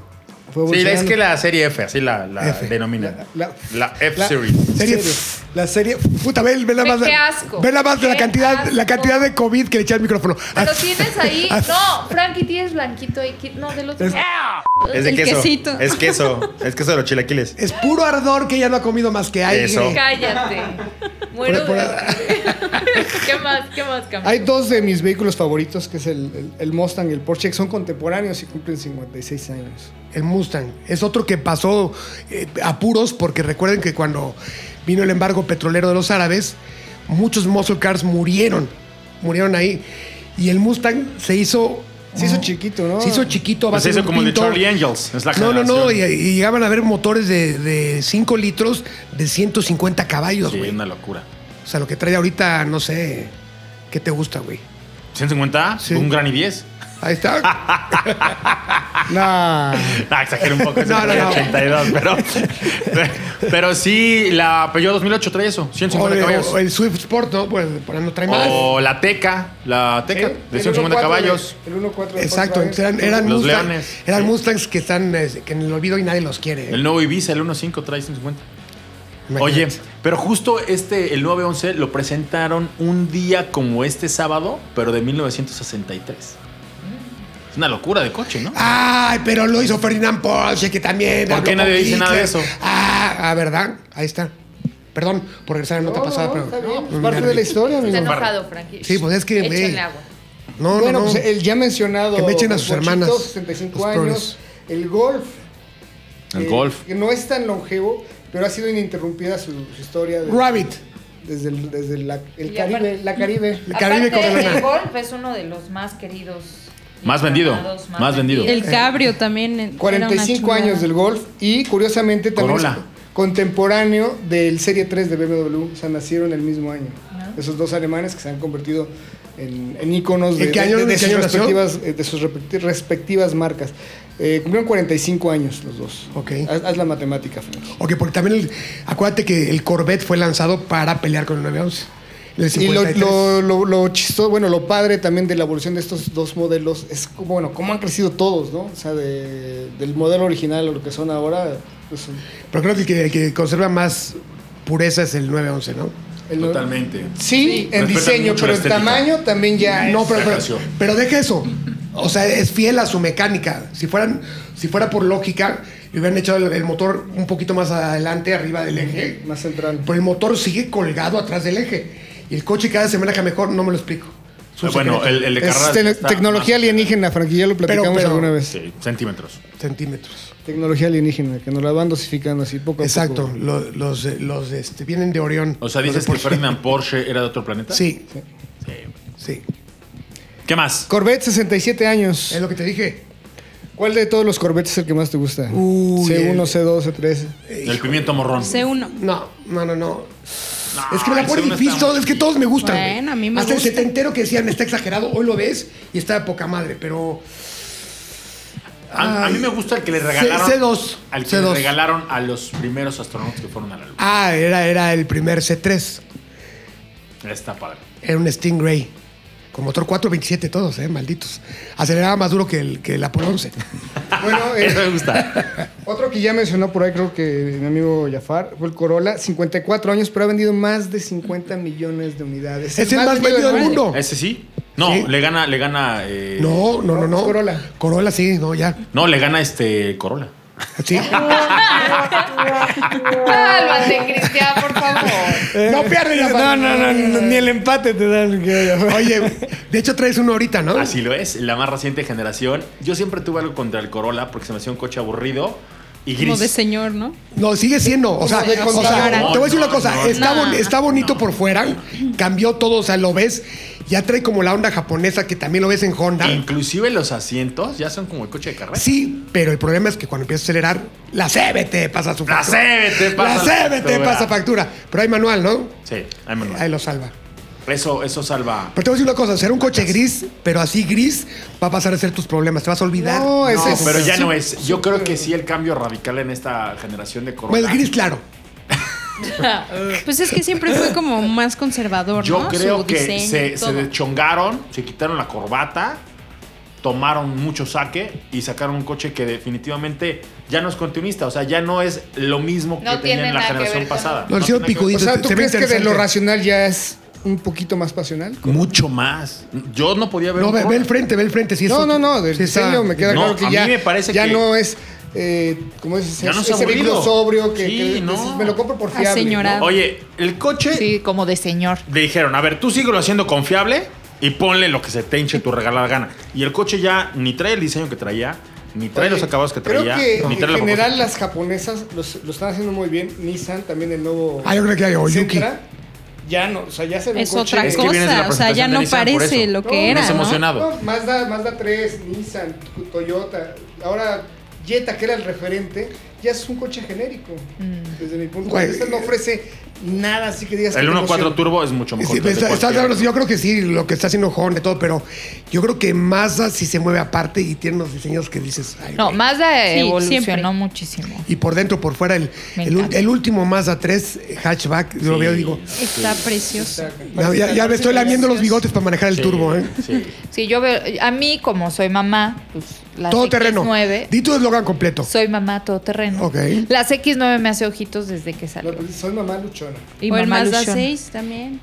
S8: Fue
S4: Sí,
S8: evolucionando.
S4: es que la serie F, así la, la
S2: F.
S4: denominan. La,
S8: La-
S4: F-Series.
S2: Serie.
S8: Serie.
S2: La serie. Puta, ve, ve la
S6: Ve
S2: más.
S6: qué asco.
S2: Ve la más de la
S6: Qué
S2: cantidad, la
S6: asco.
S2: cantidad de COVID que le eché al micrófono.
S6: Pero
S2: Ah,
S6: tienes
S2: [LAUGHS]
S6: ahí.
S2: ah,
S6: No, Frankie, tienes blanquito ahí. que- No, de los.
S4: Es de
S3: El
S4: queso.
S3: quesito.
S4: Es queso. Es queso de
S2: [LAUGHS]
S4: los chilaquiles.
S2: Es puro ardor que ya no ha comido más que aire.
S4: Eso.
S6: Cállate. Muero
S2: Por- por-
S6: de- [LAUGHS] ¿Qué más? ¿Qué más, Camilo?
S8: Hay dos de mis vehículos favoritos, que es el, el- el Mustang y el Porsche, que son contemporáneos y cumplen 56 años.
S2: El Mustang. Es otro que pasó eh, apuros porque recuerden que cuando vino el embargo petrolero de los árabes, muchos muscle cars murieron. Murieron ahí. Y el Mustang se hizo... Mm.
S8: Se hizo chiquito, ¿no?
S2: Se hizo chiquito. a
S4: Pues
S2: base
S4: eso
S2: un
S4: como el de
S2: pinto.
S4: Charlie Angels. Es la
S2: No, no, no. Y,
S4: generación.
S2: y llegaban a ver motores de- de 5 litros de 150 caballos,
S4: Sí,
S2: güey.
S4: una locura.
S2: O sea, lo que trae ahorita, no sé... ¿Qué te gusta, güey?
S4: 150,
S2: Sí.
S4: un gran y 10.
S2: Ahí
S4: [LAUGHS]
S2: está.
S8: No.
S4: Ah, exageré un poco, es
S2: No, no, no.
S4: 82, pero, [LAUGHS] pero sí, la Peugeot 2008 trae eso,
S2: o,
S4: 150
S2: el,
S4: caballos.
S2: o el Swift Sport, ¿no? Pues, por ahí no trae más. ¿Eh?
S4: O la Teca, la Teca, de 150 caballos.
S8: El 1.4 de
S2: Exacto,
S8: Volkswagen.
S2: entonces eran, eran,
S4: Los
S2: Mustang-
S4: leones.
S2: eran
S4: Sí.
S2: Mustangs que están eh, que en el olvido y nadie los quiere.
S4: El nuevo Ibiza, el 1.5 trae 150.
S2: Imagínate.
S4: Oye, pero justo este, el 911, lo presentaron un día como este sábado, pero de 1963. Es una locura de coche,
S2: Ah,
S4: ¿no?
S2: Ay, pero lo hizo Ferdinand Porsche, que también.
S4: ¿Por
S2: habló
S4: qué nadie
S2: con
S4: dice nada de eso?
S2: Ah, ah, ¿verdad? Ahí está. Perdón por regresar a la nota
S8: No,
S2: pasada,
S8: no,
S2: pero.
S8: está bien,
S2: no,
S8: es parte de la historia,
S6: Está
S8: amigo.
S6: enojado, Frankie.
S2: Sí, pues es que, güey.
S6: Échenle agua.
S2: No, no,
S8: bueno,
S2: no.
S8: pues el ya mencionado.
S2: Que me echen a sus
S8: Bochito,
S2: hermanas,
S8: 65
S2: los progres.
S8: años. El golf.
S4: El
S8: eh,
S4: golf.
S8: Que no es tan longevo, pero ha sido ininterrumpida su, su historia. de-
S2: Rabbit.
S8: desde el, desde la, el
S6: Y
S8: Caribe,
S6: aparte-
S8: la Caribe.
S2: El Caribe
S6: Aparte,
S2: con lana.
S6: el golf es uno de los más queridos. y
S4: Más vendido,
S6: amados,
S4: más vendido.
S3: El
S8: Eh,
S3: cabrio también. era una
S8: 45
S3: chulada.
S8: años del golf y curiosamente también
S4: Corolla.
S8: es contemporáneo del Serie 3 de BMW. O sea, nacieron el mismo año. Esos dos alemanes que se han convertido en, en íconos de,
S2: ¿En qué
S8: de-
S2: año-
S8: de- de
S2: en qué
S8: sus
S2: año nació?
S8: respectivas, eh, de sus repecti- respectivas marcas. Eh, cumplieron 45 años los dos.
S2: Ok.
S8: Haz, haz la matemática, Frank.
S2: Ok, porque también el- acuérdate que el Corvette fue lanzado para pelear con el 911. en el
S8: Y lo,
S2: 53.
S8: lo, lo, lo chistoso, bueno, lo padre también de la evolución de estos dos modelos es, como, bueno, cómo han crecido todos, ¿no? O sea, de- del modelo original o lo que son ahora, pues,
S2: Pero creo que el, que el que conserva más pureza es el 911, ¿no?
S8: el-
S4: Totalmente.
S8: Sí,
S4: Respetan
S8: en diseño,
S4: mucho
S8: pero
S4: la
S8: en
S4: estética.
S8: tamaño también ya.
S2: no,
S8: No,
S2: pero, pero,
S4: creció.
S2: pero deja eso. O sea, es fiel a su mecánica. Si, fueran, si fuera por lógica, le hubieran echado el, el motor un poquito más adelante, arriba del eje.
S8: más central.
S4: Pues,
S2: Pero el motor sigue colgado atrás del eje. Y el coche cada semana que mejor, no me lo explico. Es un
S4: Eh, bueno,
S2: secreto.
S4: el, el de
S8: Es
S4: Carras
S8: te-
S4: está
S8: tecnología
S4: más-
S8: alienígena, Frankie, ya lo platicamos
S2: pero-
S8: alguna vez.
S4: Sí, centímetros.
S2: Centímetros.
S8: Tecnología alienígena, que nos la van dosificando así poco a
S2: Exacto.
S8: poco.
S2: Lo- Los, eh, los, este, vienen de Orión.
S4: O sea,
S2: Los de
S4: dices que
S2: Porsche.
S4: Ferdinand Porsche era de otro planeta.
S2: Sí. Sí.
S4: ¿Qué más?
S8: Corvette, 67 años.
S2: Es lo que te dije.
S8: ¿Cuál de todos los Corvettes es el que más te gusta?
S2: Uy,
S8: C1,
S2: el-
S8: C2, C3.
S4: El pimiento morrón.
S3: C1.
S2: No, no, no, no.
S4: No,
S2: es que me la
S4: el
S2: pone
S4: C1 está
S2: difícil,
S4: muy-
S2: es que todos me gustan. güey.
S3: Bueno, a mí me
S2: Hasta
S3: gusta.
S2: el setentero que decían, está exagerado, hoy lo ves y está de poca madre, pero
S4: A, a mí me gusta el que le
S2: C-
S4: regalaron.
S2: C2,
S4: Al que
S2: C2.
S4: le regalaron a los primeros astronautas que fueron a la luna.
S2: ah, era, era el primer C3,
S4: Está padre.
S2: era un Stingray. Con motor 427 todos, eh, malditos. Aceleraba más duro que el, que el Apollo 11.
S4: [LAUGHS]
S8: Bueno, eh,
S4: Eso me gusta.
S8: otro que ya mencionó por ahí, creo que mi amigo Jafar, fue el Corolla, 54 años, pero ha vendido más de 50 millones de unidades.
S2: Es el más vendido del mundo.
S4: ¿Ese sí? No,
S2: Sí.
S4: le gana, le gana. eh,
S2: No, no, no, no.
S8: Corolla.
S2: Corolla, sí, no, ya.
S4: No, le gana este Corolla.
S2: Sí.
S6: Cálmate, Cristian, por favor.
S2: Eh. no pierde ya.
S8: No, no, no, no, ni el empate te dan.
S2: Oye, [LAUGHS] de hecho traes uno ahorita, ¿no?
S4: Así lo es, la más reciente generación. Yo siempre tuve algo contra el Corolla porque se me hacía un coche aburrido y gris.
S3: Como de señor, [LAUGHS] ¿no?
S2: No, sigue siendo. O sea,
S8: de
S2: o sea,
S8: contar.
S2: te voy a decir una cosa.
S4: No, no,
S2: está,
S3: no.
S2: boni- está bonito por fuera. Cambió todo. O sea, lo ves. Ya trae como la onda japonesa que también lo ves en Honda.
S4: Inclusive los asientos ya son como el coche de carrera.
S2: Sí, pero el problema es que cuando empieza a acelerar, la CBT pasa su
S4: La CBT pasa
S2: La
S4: la
S2: CBT
S4: factura.
S2: pasa factura. Pero hay manual, ¿no?
S4: Sí, ahí me lo-
S2: Ahí lo salva.
S4: Eso, eso salva.
S2: Pero te voy a decir una cosa. Será un coche gris, pero así gris va a pasar a ser tus problemas. Te vas a olvidar.
S8: No,
S4: No,
S8: ese es-
S4: pero ya no es. Yo creo que sí el cambio radical en esta generación de Corolla.
S2: Bueno, el gris claro.
S3: Pues es que siempre fue como más conservador,
S4: Yo
S3: ¿no?
S4: creo
S3: Su
S4: que
S3: diseño,
S4: se, se
S3: todo.
S4: deschongaron, se quitaron la corbata, tomaron mucho saque y sacaron un coche que definitivamente ya no es continuista. O sea, ya no es lo mismo que
S6: No
S4: tenía
S6: tiene
S4: en la
S6: nada que
S4: generación
S6: ver con-
S4: pasada.
S2: Lo hicieron
S4: tiene nada que ver.
S8: O
S2: picudito.
S8: sea, ¿tú
S2: Se ve
S8: crees que de lo
S2: interesante.
S8: racional ya es un poquito más pasional?
S4: Mucho más. Yo no eh. podía ver.
S2: No,
S4: un
S2: ve, ve
S4: Corolla.
S2: el frente, ve el frente. Sí,
S8: No,
S2: eso-
S8: no, no, del
S2: sí está-
S8: diseño me queda
S4: No,
S8: claro que
S4: a mí
S8: ya,
S4: me parece
S8: ya
S4: que-
S8: no es, eh, ¿cómo es?
S4: Ya no
S8: ese
S4: es
S8: ese vehículo
S4: aburrido.
S8: sobrio que,
S4: Sí,
S8: que
S4: no.
S8: dices, me lo compro
S3: Ah,
S8: por fiable.
S3: Aseñorado.
S4: Oye, el coche
S6: Sí, como de señor.
S4: le dijeron, a ver, tú síguelo haciendo confiable y ponle lo que se te hinche tu regalada gana. Y el coche ya ni trae el diseño que traía, ni trae
S8: Oye,
S4: los acabados que
S8: Creo
S4: traía,
S8: que
S4: ni
S8: en
S4: trae la
S8: general las japonesas los- lo están haciendo muy bien. Nissan también el nuevo
S2: Ah, yo creo que hay Oyuki.
S8: Sentra. Ya no, o sea, ya se ve
S3: Es
S8: un coche.
S3: otra
S4: Es que vienes de la
S3: cosa, o sea, ya
S4: presentación de
S3: no
S4: Nissan, por
S3: parece
S4: eso.
S3: lo
S8: No,
S3: que era,
S4: vienes
S3: ¿no?
S4: emocionado.
S8: No, Mazda, Mazda 3, Nissan, Toyota, ahora Jetta, que era el referente, ya es un coche genérico.
S6: Mm.
S8: Desde mi punto
S2: Güey.
S8: de vista, no ofrece nada así que digas que
S4: El
S8: te
S4: 1.4
S8: emociona.
S4: turbo es mucho mejor.
S2: Sí, pues,
S4: que el de
S2: está- está
S4: cualquier-
S2: claro, sí, yo creo que sí, lo que está haciendo Honda y todo, pero yo creo que Mazda sí se mueve aparte y tiene unos diseños que dices. ay,
S6: No,
S2: güey.
S6: Mazda
S3: Sí,
S6: evolucionó
S3: siempre.
S6: muchísimo.
S2: Y por dentro, por fuera, el,
S6: Me
S2: el, ul-
S6: encanta.
S2: el último Mazda 3 hatchback, yo lo veo y digo.
S3: Está precioso.
S6: Pues
S2: Ya, ya- ya me estoy lamiendo los bigotes para manejar el turbo, ¿eh?
S4: Sí.
S6: Sí, yo veo, a mí como soy mamá, pues las
S2: Todo terreno.
S6: X9,
S2: Di tu eslogan completo.
S6: soy mamá todoterreno.
S2: Ok.
S6: Las X9 me hace ojitos desde que salió.
S8: No, pues, Soy mamá luchona.
S6: Y
S3: o el
S6: mamá
S3: Mazda
S6: luchona.
S3: 6 también.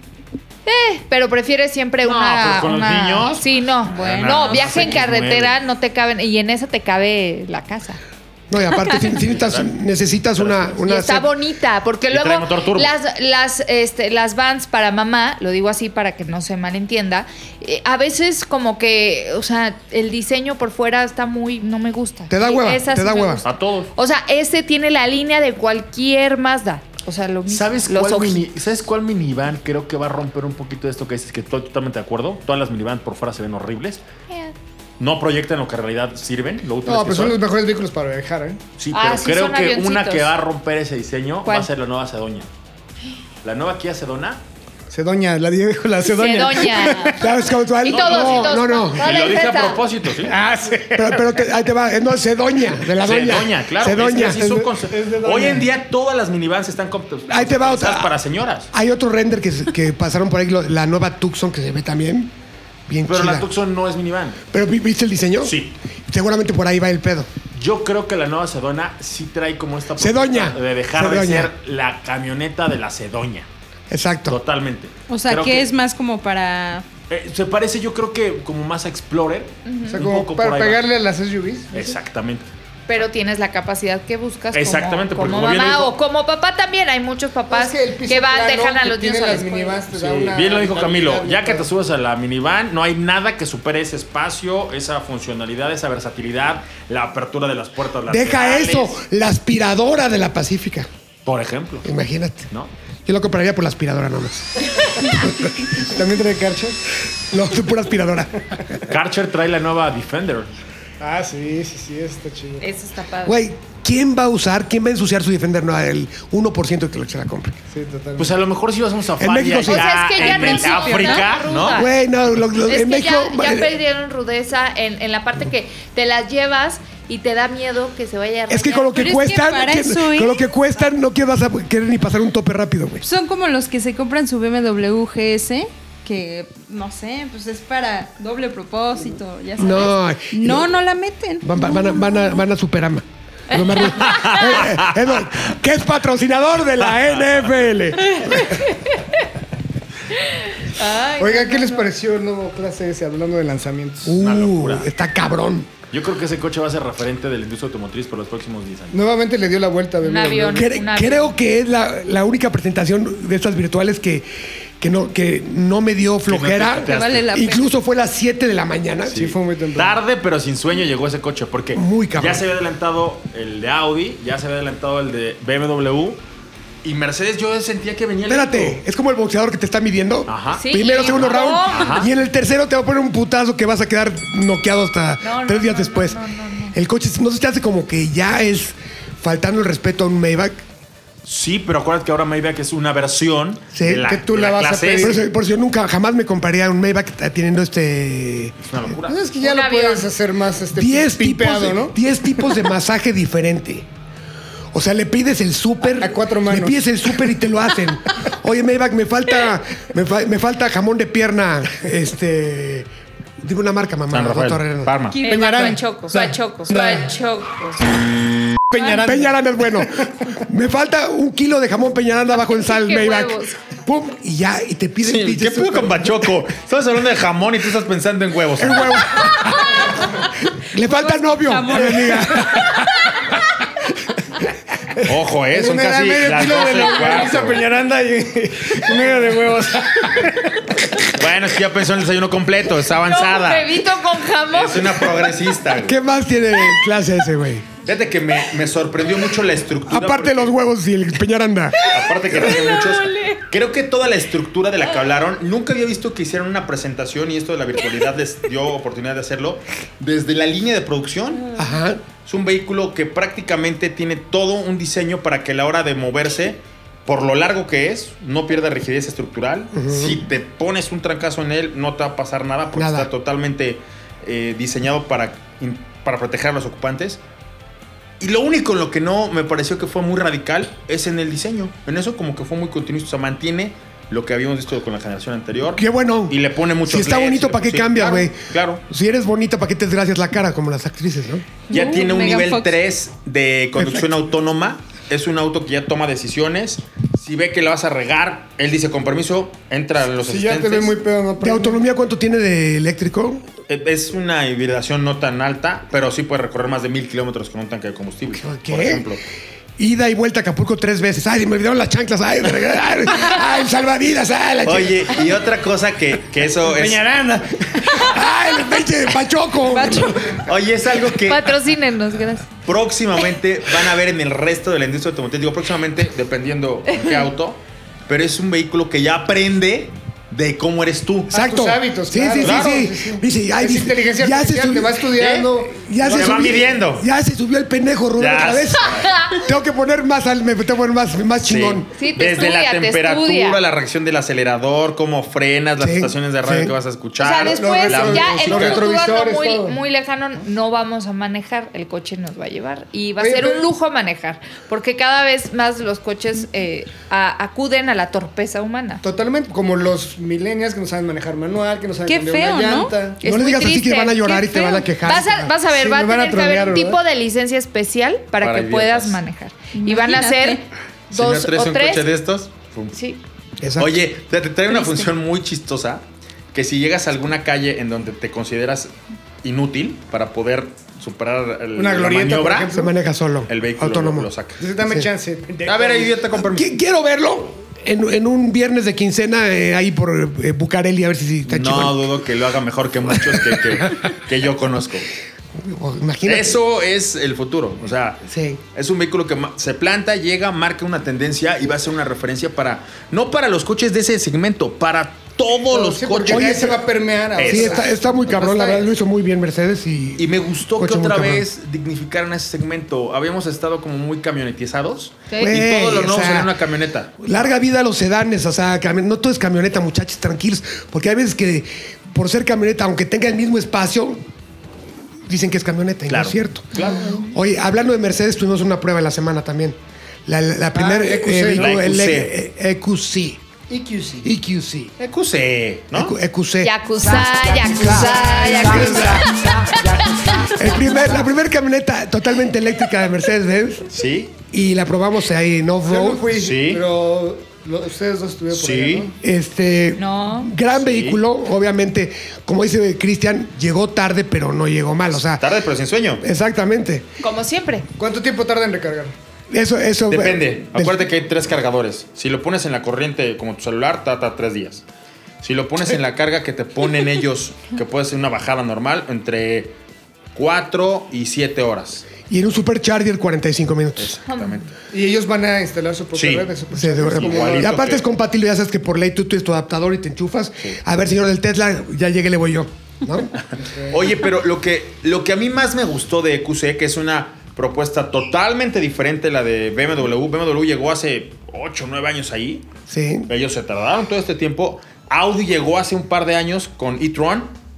S6: Pero prefieres siempre
S4: No,
S6: una.
S4: pero con los
S6: una-
S4: niños.
S6: Sí, no.
S4: Bueno,
S6: no,
S4: no,
S6: viaje en
S4: X9.
S6: carretera no te caben. Y en esa te cabe la casa.
S2: No, y aparte, sí- sí
S9: [LAUGHS]
S2: necesitas, necesitas una. una
S6: y está
S2: set-
S6: bonita, porque
S4: Y trae
S6: luego
S4: motor turbo.
S6: las las este, las vans para mamá, lo digo así para que no se malentienda, eh, a veces como que, o sea, el diseño por fuera está muy no me gusta.
S2: Te da
S6: Y
S2: hueva,
S6: esa
S2: te
S6: sí
S2: da
S6: me
S2: hueva.
S6: gusta.
S4: A todos.
S6: O sea, este tiene la línea de cualquier Mazda. O sea, lo mismo.
S9: ¿Sabes
S6: los
S9: cuál,
S6: ojitos.
S9: mini, ¿Sabes cuál minivan creo que va a romper un poquito de esto que dices? Que estoy totalmente de acuerdo. Todas las minivan por fuera se ven horribles.
S6: Eh,
S9: No proyectan lo que en realidad sirven. Lo útiles
S8: No,
S9: que
S8: pero Pues son
S9: son.
S8: los mejores vehículos para viajar, ¿eh?
S9: Sí,
S6: Ah,
S9: pero
S6: sí,
S9: creo
S6: son
S9: que una
S6: avioncitos.
S9: que va a romper ese diseño va a
S6: ¿Cuál?
S9: ser la nueva Sedonia. La nueva Kia Sedona.
S8: Cedoña, la dijo la Cedoña.
S2: [LAUGHS]
S6: Cedoña.
S2: ¿Sabes cómo tú-
S6: Y todos,
S2: no,
S6: y todos.
S2: No, no.
S6: Toda
S9: y
S6: la
S9: lo dije a
S6: defensa.
S9: propósito, ¿sí?
S2: Ah, sí. Pero, pero te- ahí te va. No, Cedoña. De la doña.
S9: Sedoña, claro.
S2: Cedoña.
S9: es que así son con-
S8: es de doña.
S9: Hoy en día todas las minivans están con-
S2: Ahí te va otra.
S9: pensadas para señoras.
S2: Hay otro render que, se- que pasaron por ahí, lo- la nueva Tucson que se ve también. Bien
S9: Pero
S2: chida.
S9: la Tucson no es minivan.
S2: ¿Pero vi- viste el diseño?
S9: Sí.
S2: Seguramente por ahí va el pedo.
S9: Yo creo que la nueva Sedona sí trae como esta
S2: Sedoña.
S9: propuesta de dejar de
S2: Sedoña.
S9: ser la camioneta de la Sedoña.
S2: Exacto.
S9: Totalmente.
S3: O sea,
S9: Creo
S3: que, es más como para...
S9: eh, se parece, yo creo que como más a Explorer.
S8: O sea,
S9: un
S8: como
S9: poco
S8: para
S9: por ahí va.
S8: pegarle a las SUVs.
S9: Exactamente.
S6: Pero tienes la capacidad que buscas como-
S9: Exactamente, porque
S6: como,
S9: como bien
S6: mamá
S9: dijo-
S6: o como papá también. Hay muchos papás
S8: Es el
S6: que,
S8: piso
S6: van,
S8: plano
S6: dejan a
S8: que
S6: los niños
S8: tiene
S6: a la
S8: las
S6: escuela.
S8: minivans te
S9: Sí,
S8: da pues, una
S9: bien lo dijo Camilo,
S8: estabilidad
S9: ya que
S8: bien
S9: te subes a la minivan, no hay nada que supere ese espacio, esa funcionalidad, esa versatilidad, la apertura de las puertas.
S2: Deja
S9: laterales,
S2: eso. La aspiradora de la Pacífica.
S9: Por ejemplo,
S2: Imagínate.
S9: ¿no?
S2: Yo lo compraría por la aspiradora nomás.
S8: padre. ¿También trae carcha?
S2: No, soy pura aspiradora.
S9: Karcher trae la nueva Defender.
S8: Ah, sí, sí, sí, está chido.
S6: Eso está padre.
S2: Güey, ¿quién va a usar, quién va a ensuciar su Defender? No, el 1% que lo se la compre.
S8: Sí, totalmente.
S9: Pues a lo mejor si vas a un safari
S2: México sí.
S9: allá
S2: O
S6: sea, es que ya
S9: en
S6: no existe, ¿no?
S9: África, ¿no?
S3: Ah.
S6: Ruda.
S2: Güey, no, lo- lo-
S6: Es
S2: en
S6: que
S2: México.
S6: ya, ya
S2: eh,
S6: perdieron rudeza en, en la parte que te las llevas y te da miedo que se vaya a
S2: es que
S6: arañar.
S2: con lo que
S3: Pero es que
S2: cuestan,
S3: para
S2: que-
S3: eso ¿eh?
S2: con lo
S3: es.
S2: que cuestan, no que vas a querer ni pasar un tope rápido, güey.
S3: Son como los que se compran su BMW GS, que no sé, pues es para doble propósito, ya sabes.
S2: No.
S3: no, no la meten.
S2: Van, van- van a, van, a, van a Superama. Es lo más ru- Eh, eh, es lo- que es patrocinador de la NFL.
S6: Ay,
S8: Oiga, ¿qué les pareció el nuevo clase S hablando de lanzamientos?
S9: Una
S2: Uh,
S9: locura.
S2: está cabrón.
S9: Yo creo que ese coche va a ser referente de la industria automotriz por los próximos 10 años.
S8: Nuevamente le dio la vuelta a
S6: Un
S8: BMW.
S6: avión.
S2: Cre-
S6: Un avión.
S2: creo que es la, la única presentación de estas virtuales que, que, no, que no me dio flojera.
S9: Que
S3: vale la pena.
S2: Incluso fue a las 7 de la mañana.
S8: Sí, fue muy temprano.
S9: Tarde pero sin sueño llegó ese coche porque
S2: Muy cabrón.
S9: ya se había adelantado el de Audi, ya se había adelantado el de BMW y Mercedes yo sentía que venía
S2: Espérate,
S9: lento.
S2: es como el boxeador que te está midiendo.
S9: Ajá.
S6: Sí,
S2: Primero, segundo
S6: no.
S2: round.
S9: Ajá.
S2: Y en el tercero te va a poner un putazo que vas a quedar noqueado hasta
S6: No, no,
S2: tres días
S6: no,
S2: después.
S6: no, no, no, no.
S2: El coche no se te hace como que ya es faltando el respeto a un Maybach.
S9: Sí, pero acuérdate que ahora Maybach es una versión
S2: Sí,
S9: de la,
S2: que tú
S9: de
S2: la
S8: vas a
S9: clase
S8: pedir.
S9: S.
S2: Por eso, por eso yo nunca jamás me compraría un Maybach teniendo este.
S9: Es una locura.
S8: Pues es que ya
S6: Un
S8: lo
S6: avión.
S8: puedes hacer más este
S2: 10 tipos,
S8: pipeado,
S2: de,
S8: ¿no?
S2: 10 tipos de masaje diferente. O sea, le pides el súper.
S8: A- a cuatro manos.
S2: Le pides el súper y te lo hacen. Oye, Maybach, me falta, me, fa- me falta jamón de pierna. Este. Digo una marca, mamá.
S9: San
S2: no,
S9: Rafael,
S2: Torre, no.
S9: Parma.
S6: Eh,
S8: Peñarán.
S6: Pachocos,
S2: No.
S6: Pachocos,
S2: No.
S6: Pachocos.
S8: Peñaranda.
S2: Peñaranda es bueno. Me falta un kilo de jamón Peñaranda bajo en sal,
S6: Qué
S2: Maybach.
S6: huevos.
S2: Pum, y ya, y te piden.
S4: Sí,
S2: pinche
S4: ¿Qué pedo
S2: súper.
S4: con Bachoco? Estás hablando de jamón y tú estás pensando en huevos.
S2: El [LAUGHS] huevo. Le falta novio,
S3: Jamón.
S2: a mi amiga.
S4: Ojo, eh, son
S8: Una
S4: casi
S8: medio
S4: las
S8: kilo de
S4: 12 y
S8: la-
S4: cuarto.
S8: Esa Peñaranda y un medio de huevos.
S4: Bueno, es que ya pensó en el desayuno completo, está
S6: Un
S4: avanzada.
S6: huevito con jamón.
S4: Es una progresista. güey.
S2: ¿Qué más tiene clase ese, güey?
S4: Fíjate que me, me sorprendió mucho la estructura.
S2: Aparte
S4: porque-
S2: los huevos y el
S4: [LAUGHS]
S2: Peñaranda.
S4: Aparte que tiene muchos. Creo que toda la estructura de la que hablaron, nunca había visto que hicieran una presentación y esto de la virtualidad les dio oportunidad de hacerlo. Desde la línea de producción,
S2: Ajá.
S4: es un vehículo que prácticamente tiene todo un diseño para que a la hora de moverse, por lo largo que es, no pierda rigidez estructural. Si te pones un trancazo en él, no te va a pasar nada porque
S2: Nada.
S4: está totalmente eh, diseñado para, in- para proteger a los ocupantes. Y lo único en lo que no me pareció que fue muy radical es en el diseño. En eso como que fue muy continuista. O sea, mantiene lo que habíamos visto con la generación anterior.
S2: Qué bueno.
S4: Y le pone mucho
S2: Si está bonito, ¿para qué cambia, güey?
S4: Claro.
S2: Si eres bonita, ¿para qué te desgracias la cara como las actrices, no?
S4: Ya
S3: Uh,
S4: tiene un
S3: Megan
S4: nivel
S3: Fox.
S4: 3 de conducción autónoma. Es un auto que ya toma decisiones. Si ve que la vas a regar, él dice con permiso, entra a los
S8: Si ya te ve
S4: asistentes.
S8: muy pedo, no
S2: ¿De autonomía cuánto tiene de eléctrico?
S4: Eh, Es una hibridación no tan alta, pero sí puede recorrer más de mil kilómetros con un tanque de combustible.
S2: ¿Qué?
S4: Por ejemplo.
S2: Ida y vuelta a Acapulco tres veces. Ay, me olvidaron las chanclas. Ay, de regreso. ay, ay, salvavidas. Ay, la chi-
S4: Oye, y otra cosa que, que eso es.
S2: Ay, el pinche
S4: [LAUGHS]
S2: Pachoco.
S6: Pacho-
S4: Oye, es algo que
S6: Patrocínenos, gracias.
S4: próximamente van a ver en el resto de la industria automotriz. Digo, próximamente, dependiendo en qué auto. Pero es un vehículo que ya aprende de cómo eres tú.
S2: Exacto.
S8: tus hábitos,
S2: sí,
S8: claro,
S2: sí,
S8: claro.
S2: sí, sí, Dice, ay,
S8: Es
S2: dice,
S8: inteligencia
S2: ya se
S8: artificial,
S2: subió,
S8: te va estudiando.
S2: ya
S4: Lo
S2: se
S4: que va
S2: subió-
S4: midiendo.
S2: Ya se subió el pendejo, Rubén,
S4: Ya
S2: otra vez.
S4: [LAUGHS] sé.
S2: tengo que poner más, al- me tengo que poner más, más chingón.
S6: Sí, te
S4: Desde
S6: estudia,
S4: la
S6: te
S4: temperatura,
S6: estudia.
S4: la reacción del acelerador, cómo frenas, las
S2: Sí,
S4: estaciones de radio
S2: sí.
S4: que vas a
S6: O
S4: escuchar.
S6: sea, después
S4: la
S6: ya el
S4: música.
S8: los
S6: futuro
S8: retrovisores,
S6: muy,
S8: todo.
S6: muy lejano no vamos a manejar, el coche nos va a llevar y va a
S8: Oye,
S6: ser
S8: pero-
S6: un lujo manejar, porque cada vez más los coches eh, a- acuden a la torpeza humana.
S8: Totalmente, como los millennials que no saben manejar manual, que no saben
S3: Qué
S8: cambiar
S3: feo,
S8: una
S3: ¿no?
S8: llanta.
S2: No
S6: Es
S2: le
S6: muy
S2: digas así que
S6: triste,
S2: van a llorar
S6: qué
S2: y te van
S6: feo.
S2: a quejar.
S6: Vas a, vas a ver,
S8: Sí,
S6: va a
S8: me van
S6: tener que
S8: a
S6: haber
S8: trolear,
S6: un
S8: ¿verdad?
S6: tipo de licencia especial para,
S4: Para
S6: que puedas
S4: idiotas.
S6: manejar. Y van a ser
S3: Imagínate.
S4: Si no
S6: dos
S4: traes
S6: o
S4: un coche de
S6: tres.
S4: estos, pum.
S6: Sí.
S2: Exacto.
S4: Oye, te, te trae una
S3: Triste.
S4: función muy chistosa que si llegas a alguna calle en donde te consideras inútil para poder superar el-
S8: Una
S4: la
S8: glorieta,
S4: maniobra,
S8: por ejemplo.
S2: se maneja solo.
S4: el vehículo
S2: autónomo.
S4: lo saca.
S8: Dices, dame
S2: Sí.
S8: chance.
S4: A ver, idiota, con permiso.
S2: Qui- Quiero verlo en, en un viernes de quincena eh, ahí por eh, Bucareli, a ver si, si está
S4: No
S2: chingón.
S4: dudo que lo haga mejor que muchos que, que- que yo conozco.
S2: O- Oh, Imagínate.
S4: Eso es el futuro. O sea,
S2: Sí.
S4: es un vehículo que ma- se planta, llega, marca una tendencia y va a ser una referencia para, no para los coches de ese segmento, para todos los
S8: Sí, porque
S4: coches.
S8: ya se va a permear. ahora.
S2: Sí, está, está muy cabrón, la
S8: Está-
S2: verdad, lo hizo muy bien Mercedes y...
S4: Y me gustó
S2: Coche
S4: que
S2: muy
S4: otra
S2: cabrón.
S4: vez dignificaran ese segmento. Habíamos estado como muy camionetizados.
S6: Sí.
S2: Güey,
S4: y todo lo
S2: o
S4: nuevo
S2: sea,
S4: sería una camioneta.
S2: Larga vida a los sedanes, o sea, cami- no todo es camioneta, muchachos, tranquilos, porque hay veces que por ser camioneta, aunque tenga el mismo espacio, dicen que es camioneta, y no
S4: Claro,
S2: es cierto. Oye, hablando de Mercedes, tuvimos una prueba en la semana también. La, la-
S4: Ah,
S2: la primera...
S8: EQC,
S2: eh,
S4: ¿no?
S2: el
S4: E La
S2: E- E- EQC.
S8: EQC.
S2: EQC.
S4: EQC, ¿no?
S2: EQ- EQC.
S6: Yakuza, yakuza, yakuza.
S2: El primer- la primera camioneta totalmente eléctrica de Mercedes-Benz
S4: Sí,
S2: y la probamos ahí en
S8: Yo no
S2: off-road.
S8: fui,
S4: Sí.
S8: pero lo- ustedes dos estuvieron por
S4: Sí.
S8: allá, ¿no?
S2: Este,
S6: No.
S2: gran vehículo, obviamente, como dice Cristian, llegó tarde, pero no llegó mal, o sea,
S4: tarde pero sin sueño.
S2: exactamente.
S6: Como siempre.
S8: ¿Cuánto tiempo tarda en recargar?
S2: Eso eso
S4: Depende.
S2: del-
S4: Acuérdate que hay tres cargadores. Si lo pones en la corriente como tu celular, trata tres días. Si lo pones en la carga que te ponen ellos, que puede ser una bajada normal, entre cuatro y siete horas.
S2: y en un supercharger 45 minutos.
S4: Exactamente.
S8: Y ellos van a instalar su propia
S4: Sí.
S8: red de
S2: O sea, de-
S8: superchargers.
S4: Igualito
S2: y aparte
S4: que-
S2: es compatible, ya sabes que por ley tú tienes tu adaptador y te enchufas. A ver, señor del Tesla, ya llegué, le voy yo.
S4: [LAUGHS]
S2: ¿no?
S4: Oye, pero lo que, lo que a mí más me gustó de EQC, que es una propuesta totalmente diferente a la de BMW. BMW llegó hace 8 o 9 años ahí.
S2: sí.
S4: Ellos se tardaron todo este tiempo. Audi llegó hace un par de años con e-tron.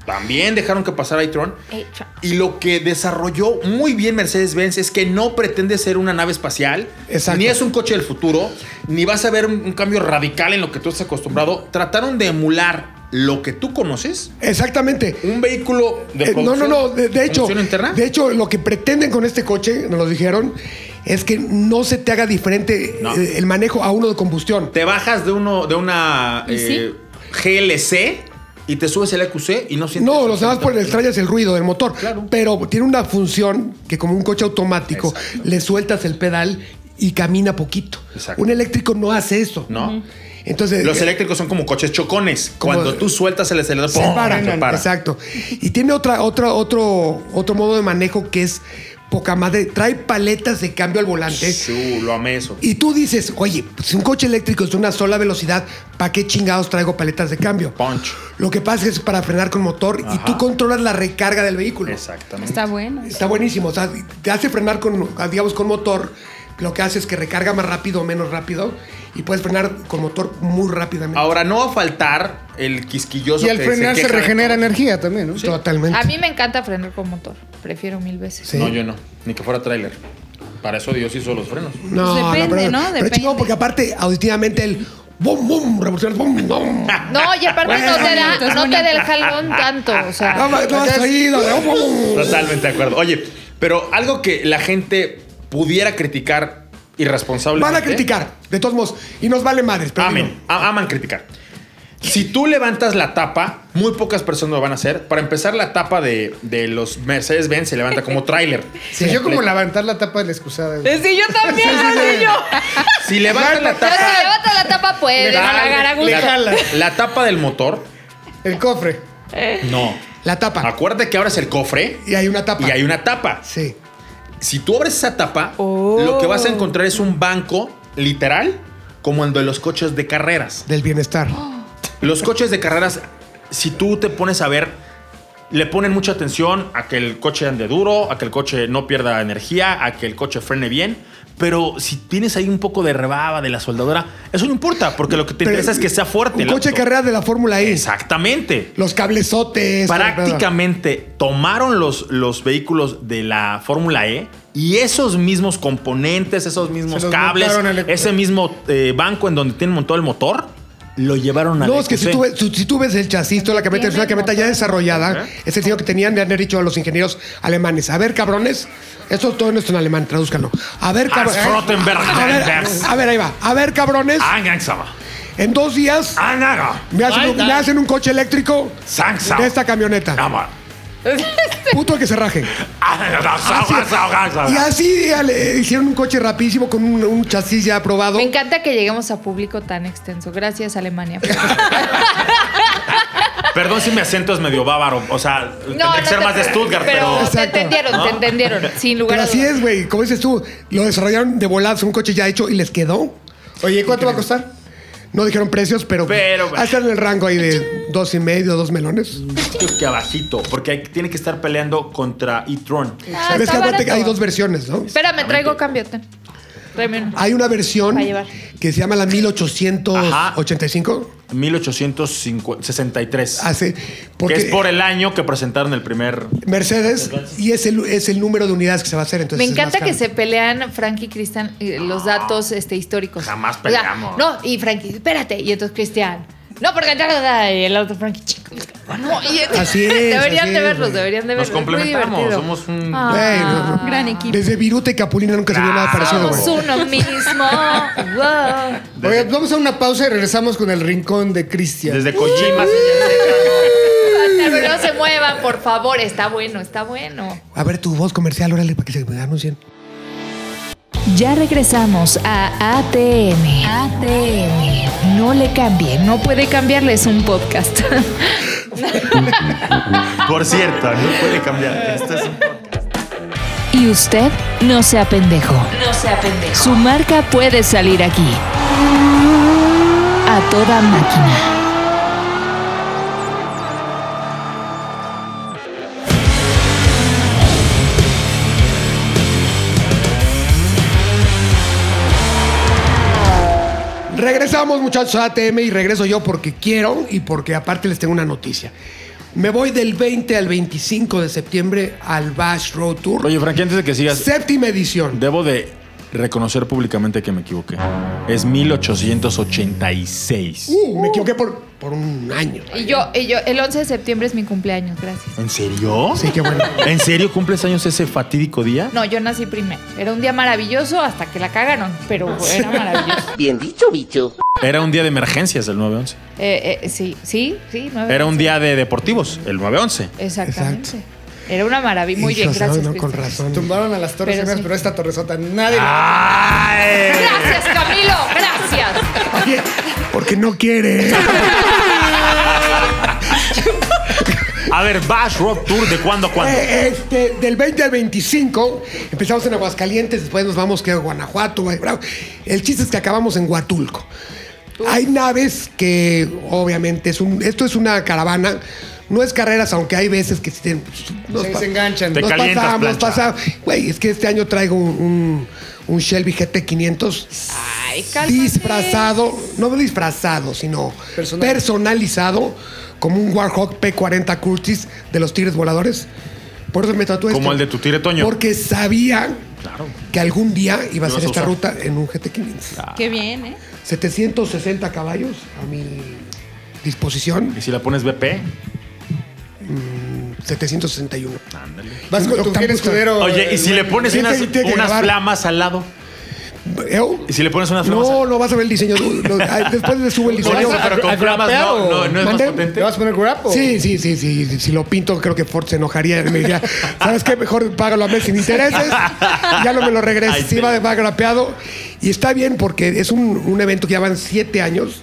S4: También dejaron que pasara e-tron.
S6: E-tron.
S4: Y lo que desarrolló muy bien Mercedes-Benz es que no pretende ser una nave espacial,
S2: Exacto.
S4: ni es un coche del futuro, ni vas a ver un, un cambio radical en lo que tú estás acostumbrado. Trataron de emular lo que tú conoces,
S2: Exactamente.
S4: un vehículo de
S2: Eh, no, no,
S4: producción-
S2: no, de, de hecho,
S4: producción interna.
S2: de hecho, lo que pretenden con este coche, nos lo dijeron, es que no se te haga diferente
S4: No.
S2: eh, el manejo a uno de combustión.
S4: Te bajas de uno de una
S3: ¿Y
S4: eh, GLC y te subes el EQC y no sientes.
S2: No, los demás pues, extrañas el ruido del motor.
S4: Claro.
S2: Pero tiene una función que como un coche automático, le sueltas el pedal y camina poquito.
S4: Exacto.
S2: Un eléctrico no hace eso.
S4: No. Ujú.
S2: Entonces, [LAUGHS]
S4: Los
S2: eh,
S4: eléctricos son como coches chocones.
S2: Como-
S4: Cuando tú sueltas el acelerador,
S2: se
S4: ¡pum!
S2: paran.
S4: se para.
S2: Exacto. Y tiene otra, otra, otro, otro modo de manejo que es poca madre. Trae paletas de cambio al volante.
S4: Sí, lo amé eso.
S2: Y tú dices, oye, pues, si un coche eléctrico es de una sola velocidad, ¿para qué chingados traigo paletas de cambio?
S4: Punch.
S2: Lo que pasa es que es para frenar con motor y
S4: Ajá.
S2: tú controlas la recarga del vehículo.
S4: Exactamente.
S3: Está bueno.
S2: Está buenísimo. O sea, te hace frenar con, digamos, con motor. Lo que hace es que recarga más rápido o menos rápido y puedes frenar con motor muy rápidamente.
S4: Ahora no va a faltar el quisquilloso.
S8: Y al
S4: que
S8: frenar se,
S4: queja de
S8: regenera
S4: todo.
S8: energía también, ¿no?
S2: Totalmente.
S6: A mí me encanta frenar con motor. Prefiero mil veces.
S2: Sí.
S4: No, yo no. Ni que fuera tráiler. Para eso Dios hizo los frenos.
S2: No,
S3: Pues depende,
S2: la verdad,
S3: ¿no?
S2: Pero
S3: Depende.
S2: chingón, porque aparte, auditivamente, el boom, boom, revoluciones, boom,
S4: [LAUGHS]
S2: boom.
S6: No, y aparte no te
S3: bonito,
S6: da,
S3: es
S6: no te
S3: bonito.
S6: da el jalón tanto. O
S2: No,
S6: sea,
S2: no, no, has oído, boom.
S4: Totalmente de acuerdo. Oye, pero algo que la gente pudiera criticar irresponsablemente.
S2: Van a criticar, de todos modos. Y nos vale madres, pero
S4: Amen, a- aman criticar. Si tú levantas la tapa, muy pocas personas lo van a hacer. Para empezar, la tapa de, de los Mercedes-Benz se levanta como tráiler.
S8: Sí, yo como levantar la tapa de la excusada. güey.
S6: sí, yo también, así yo.
S4: Si levantas la
S6: Pero si
S4: tapa,
S6: levanta la tapa, puedes
S4: Dale,
S6: agarrar a gusto.
S4: la, la tapa del motor,
S8: El cofre.
S4: no.
S2: La tapa.
S4: Acuérdate que abres el cofre
S2: Y hay una tapa.
S4: y hay una tapa.
S2: Sí.
S4: Si tú abres esa tapa, lo que vas a encontrar es un banco literal como el de los coches de carreras.
S2: Del bienestar.
S4: Oh. Los coches de carreras, si tú te pones a ver, le ponen mucha atención a que el coche ande duro, a que el coche no pierda energía, a que el coche frene bien. Pero si tienes ahí un poco de rebaba de la soldadura, eso no importa, porque lo que te
S2: Pero-
S4: interesa es que sea fuerte.
S2: Un
S4: el
S2: coche de
S4: auto.
S2: carrera de la Fórmula E.
S4: Exactamente.
S2: Los cablezotes.
S4: Prácticamente tomaron los, los vehículos de la Fórmula E y esos mismos componentes, esos mismos
S8: los
S4: cables,
S8: montaron al-
S4: ese mismo eh, banco en donde tienen montado el motor, lo llevaron a
S2: No,
S4: la E
S2: es que si
S4: EQC.
S2: tú, ves, si tú ves el chasis, toda la camioneta es una camioneta ya desarrollada. Es el diseño que tenían, le han dicho a los ingenieros alemanes. A ver, cabrones. Esto todo no está en alemán, tradúzcanlo. A ver, cabrones.
S4: Als Rottenberg-
S2: A ver, a ver, ahí va. A ver, cabrones.
S4: Ah. Angangsama.
S2: En dos días
S4: Ah. Anaga.
S2: me hacen, un, me hacen un coche eléctrico
S4: Sansa.
S2: de esta camioneta.
S4: Ama.
S2: Puto que se raje.
S4: Anaga,
S2: Así-
S4: saga, saga, saga.
S2: Ah, y así ya le hicieron un coche rapidísimo con un, un chasis ya aprobado.
S6: Me encanta que lleguemos a público tan extenso. Gracias, Alemania.
S4: Perdón si mi acento es medio bávaro. O sea, tendría que ser
S6: te-
S4: más de Stuttgart, pero.
S6: te
S2: Exacto.
S6: entendieron, te entendieron. Sin lugar
S2: Pero
S6: a
S2: así
S6: dudas.
S2: es, güey. Como dices tú, lo desarrollaron de voladas, un coche ya hecho y les quedó.
S8: Oye, ¿cuánto va a costar?
S2: No dijeron precios, pero,
S4: Pero-
S2: va a estar en el rango ahí de dos y medio, dos melones.
S4: Que abajito, porque hay- tiene que estar peleando contra e-tron.
S6: Ah,
S2: Pero es que
S6: está
S2: acuérdate que hay
S6: barato.
S2: dos versiones, ¿no?
S6: Espérame, traigo cambio. ten. Tráeme uno.
S2: Hay una versión
S6: Va a llevar.
S2: que se llama la 1885.
S4: 1863.
S2: Hace, Ah, porque
S4: que es por el año que presentaron el primer.
S2: Mercedes y es el, es el número de unidades que se va a hacer.
S6: Me
S2: Entonces es
S6: encanta
S2: más
S6: que
S2: caro.
S6: se pelean Frank y Cristian eh, los datos este, históricos.
S4: Jamás
S6: O sea,
S4: peleamos.
S6: no, y Frankie, espérate. Y entonces Cristian. No, porque ya- ya- ya", y el otro Frankie, chico. No, y- [LAUGHS]
S2: Así es,
S6: Deberían
S2: así
S6: de
S2: es,
S6: verlos,
S2: güey.
S6: deberían de
S4: Nos
S6: verlos. Muy
S4: complementamos,
S6: divertido. [LAUGHS]
S4: somos un-
S6: Ah,
S2: Güey, no, no.
S3: Gran equipo.
S2: Desde Viruta y Capulina nunca se vio nada parecido,
S6: somos
S2: güey.
S6: uno mismo. Wow.
S8: Oye, Eh, vamos a una pausa y regresamos con el rincón de Cristian.
S4: Desde Kojima.
S6: Pero no se muevan, por favor. Está bueno, está bueno.
S2: A ver tu voz comercial, órale, para que se anuncien.
S6: Ya regresamos a ATM. ATM. No le cambie, no puede cambiarles un podcast. [LAUGHS]
S4: Por cierto, no puede
S6: [LAUGHS]
S4: cambiar. Esto es un podcast.
S6: y usted no sea pendejo. No sea pendejo. Su marca puede salir aquí. A toda máquina.
S2: Regresamos, muchachos, a ATM y regreso yo porque quiero y porque aparte les tengo una noticia. Me voy del 20 al 25 de septiembre al Bash Road Tour.
S9: Oye, Frankie, antes de que sigas,
S2: Séptima edición.
S9: debo de reconocer públicamente que me equivoqué. Es 1886.
S2: Uh, me equivoqué por, por un año.
S6: Y yo, y yo, el 11 de septiembre es mi cumpleaños, gracias.
S9: ¿En serio?
S2: Sí, qué bueno.
S9: ¿En serio cumples años ese fatídico día?
S6: No, yo nací primero. Era un día maravilloso hasta que la cagaron, pero
S2: Ah,
S6: era
S2: [LAUGHS]
S6: maravilloso.
S10: Bien dicho, bicho.
S9: Era un día de emergencias el 911.
S6: Eh, eh, sí, sí, sí. nueve
S9: Era un
S6: meses.
S9: día de deportivos, el 911.
S6: Exactamente. Era una maravilla. Muy bien,
S2: Hijos, no,
S6: gracias.
S2: no, con
S6: Cristian.
S2: razón.
S8: Tumbaron a las torres
S6: Pero
S8: pero,
S6: sí.
S8: pero esta torresota nadie...
S2: Ah,
S6: Gracias, Camilo.
S2: [LAUGHS]
S6: Gracias.
S2: Oye, porque no quiere.
S4: A ver, Bash Rock Tour, ¿de cuándo a cuándo?
S2: Eh, este, del 20 al 25, empezamos en Aguascalientes, después nos vamos que a Guanajuato. Valle Bravo. El chiste es que acabamos en Huatulco. Hay naves que, obviamente, es un, esto es una caravana. No es carreras, aunque hay veces que sí tienen- pues, nos
S8: Se-
S2: pa-
S8: se enganchan.
S4: Te
S2: nos
S4: calientas,
S2: pasamos,
S4: plancha.
S2: pasamos. Güey, es que este año traigo un, un- un Shelby GT500
S6: Ay, cálmate.
S2: disfrazado, no disfrazado, sino
S8: Personal.
S2: personalizado como un Warhawk P40 Curtis de los Tigres Voladores. Por eso me tatué
S4: Como
S2: esto.
S4: el de tu tigre Toño.
S2: Porque sabía que algún día iba a
S4: Lo
S2: hacer
S4: vas a
S2: esta
S4: usar. Ah.
S2: ruta en un GT500.
S3: Qué bien, ¿eh?
S2: 760 caballos a mi disposición,
S4: Y si la pones BP.
S2: 761.
S8: Vas con tu
S2: Octavio
S8: fiel escudero.
S4: Oye, y si le pones
S2: Sí,
S4: unas,
S2: tiene que
S4: unas
S2: grabar.
S4: flamas al lado.
S2: ¿Eh?
S4: Y si le pones unas flamas.
S2: No, no vas a ver el diseño. no, no, después le subo el
S4: Por
S2: diseño.
S4: eso, pero con
S8: al
S4: flamas no,
S8: flapeado.
S4: no, no es más
S2: Mandé-
S8: ¿Te
S4: potente.
S8: vas a poner grap o-
S2: Sí, sí, sí, sí. Si lo pinto, creo que Ford se enojaría. Me diría, ¿sabes qué? Mejor págalo a mes sin intereses. Ya no me lo
S4: Ay,
S2: regreses.
S4: sí.
S2: Sí, va, va grapeado. Y está bien porque es un, un evento que llevan siete años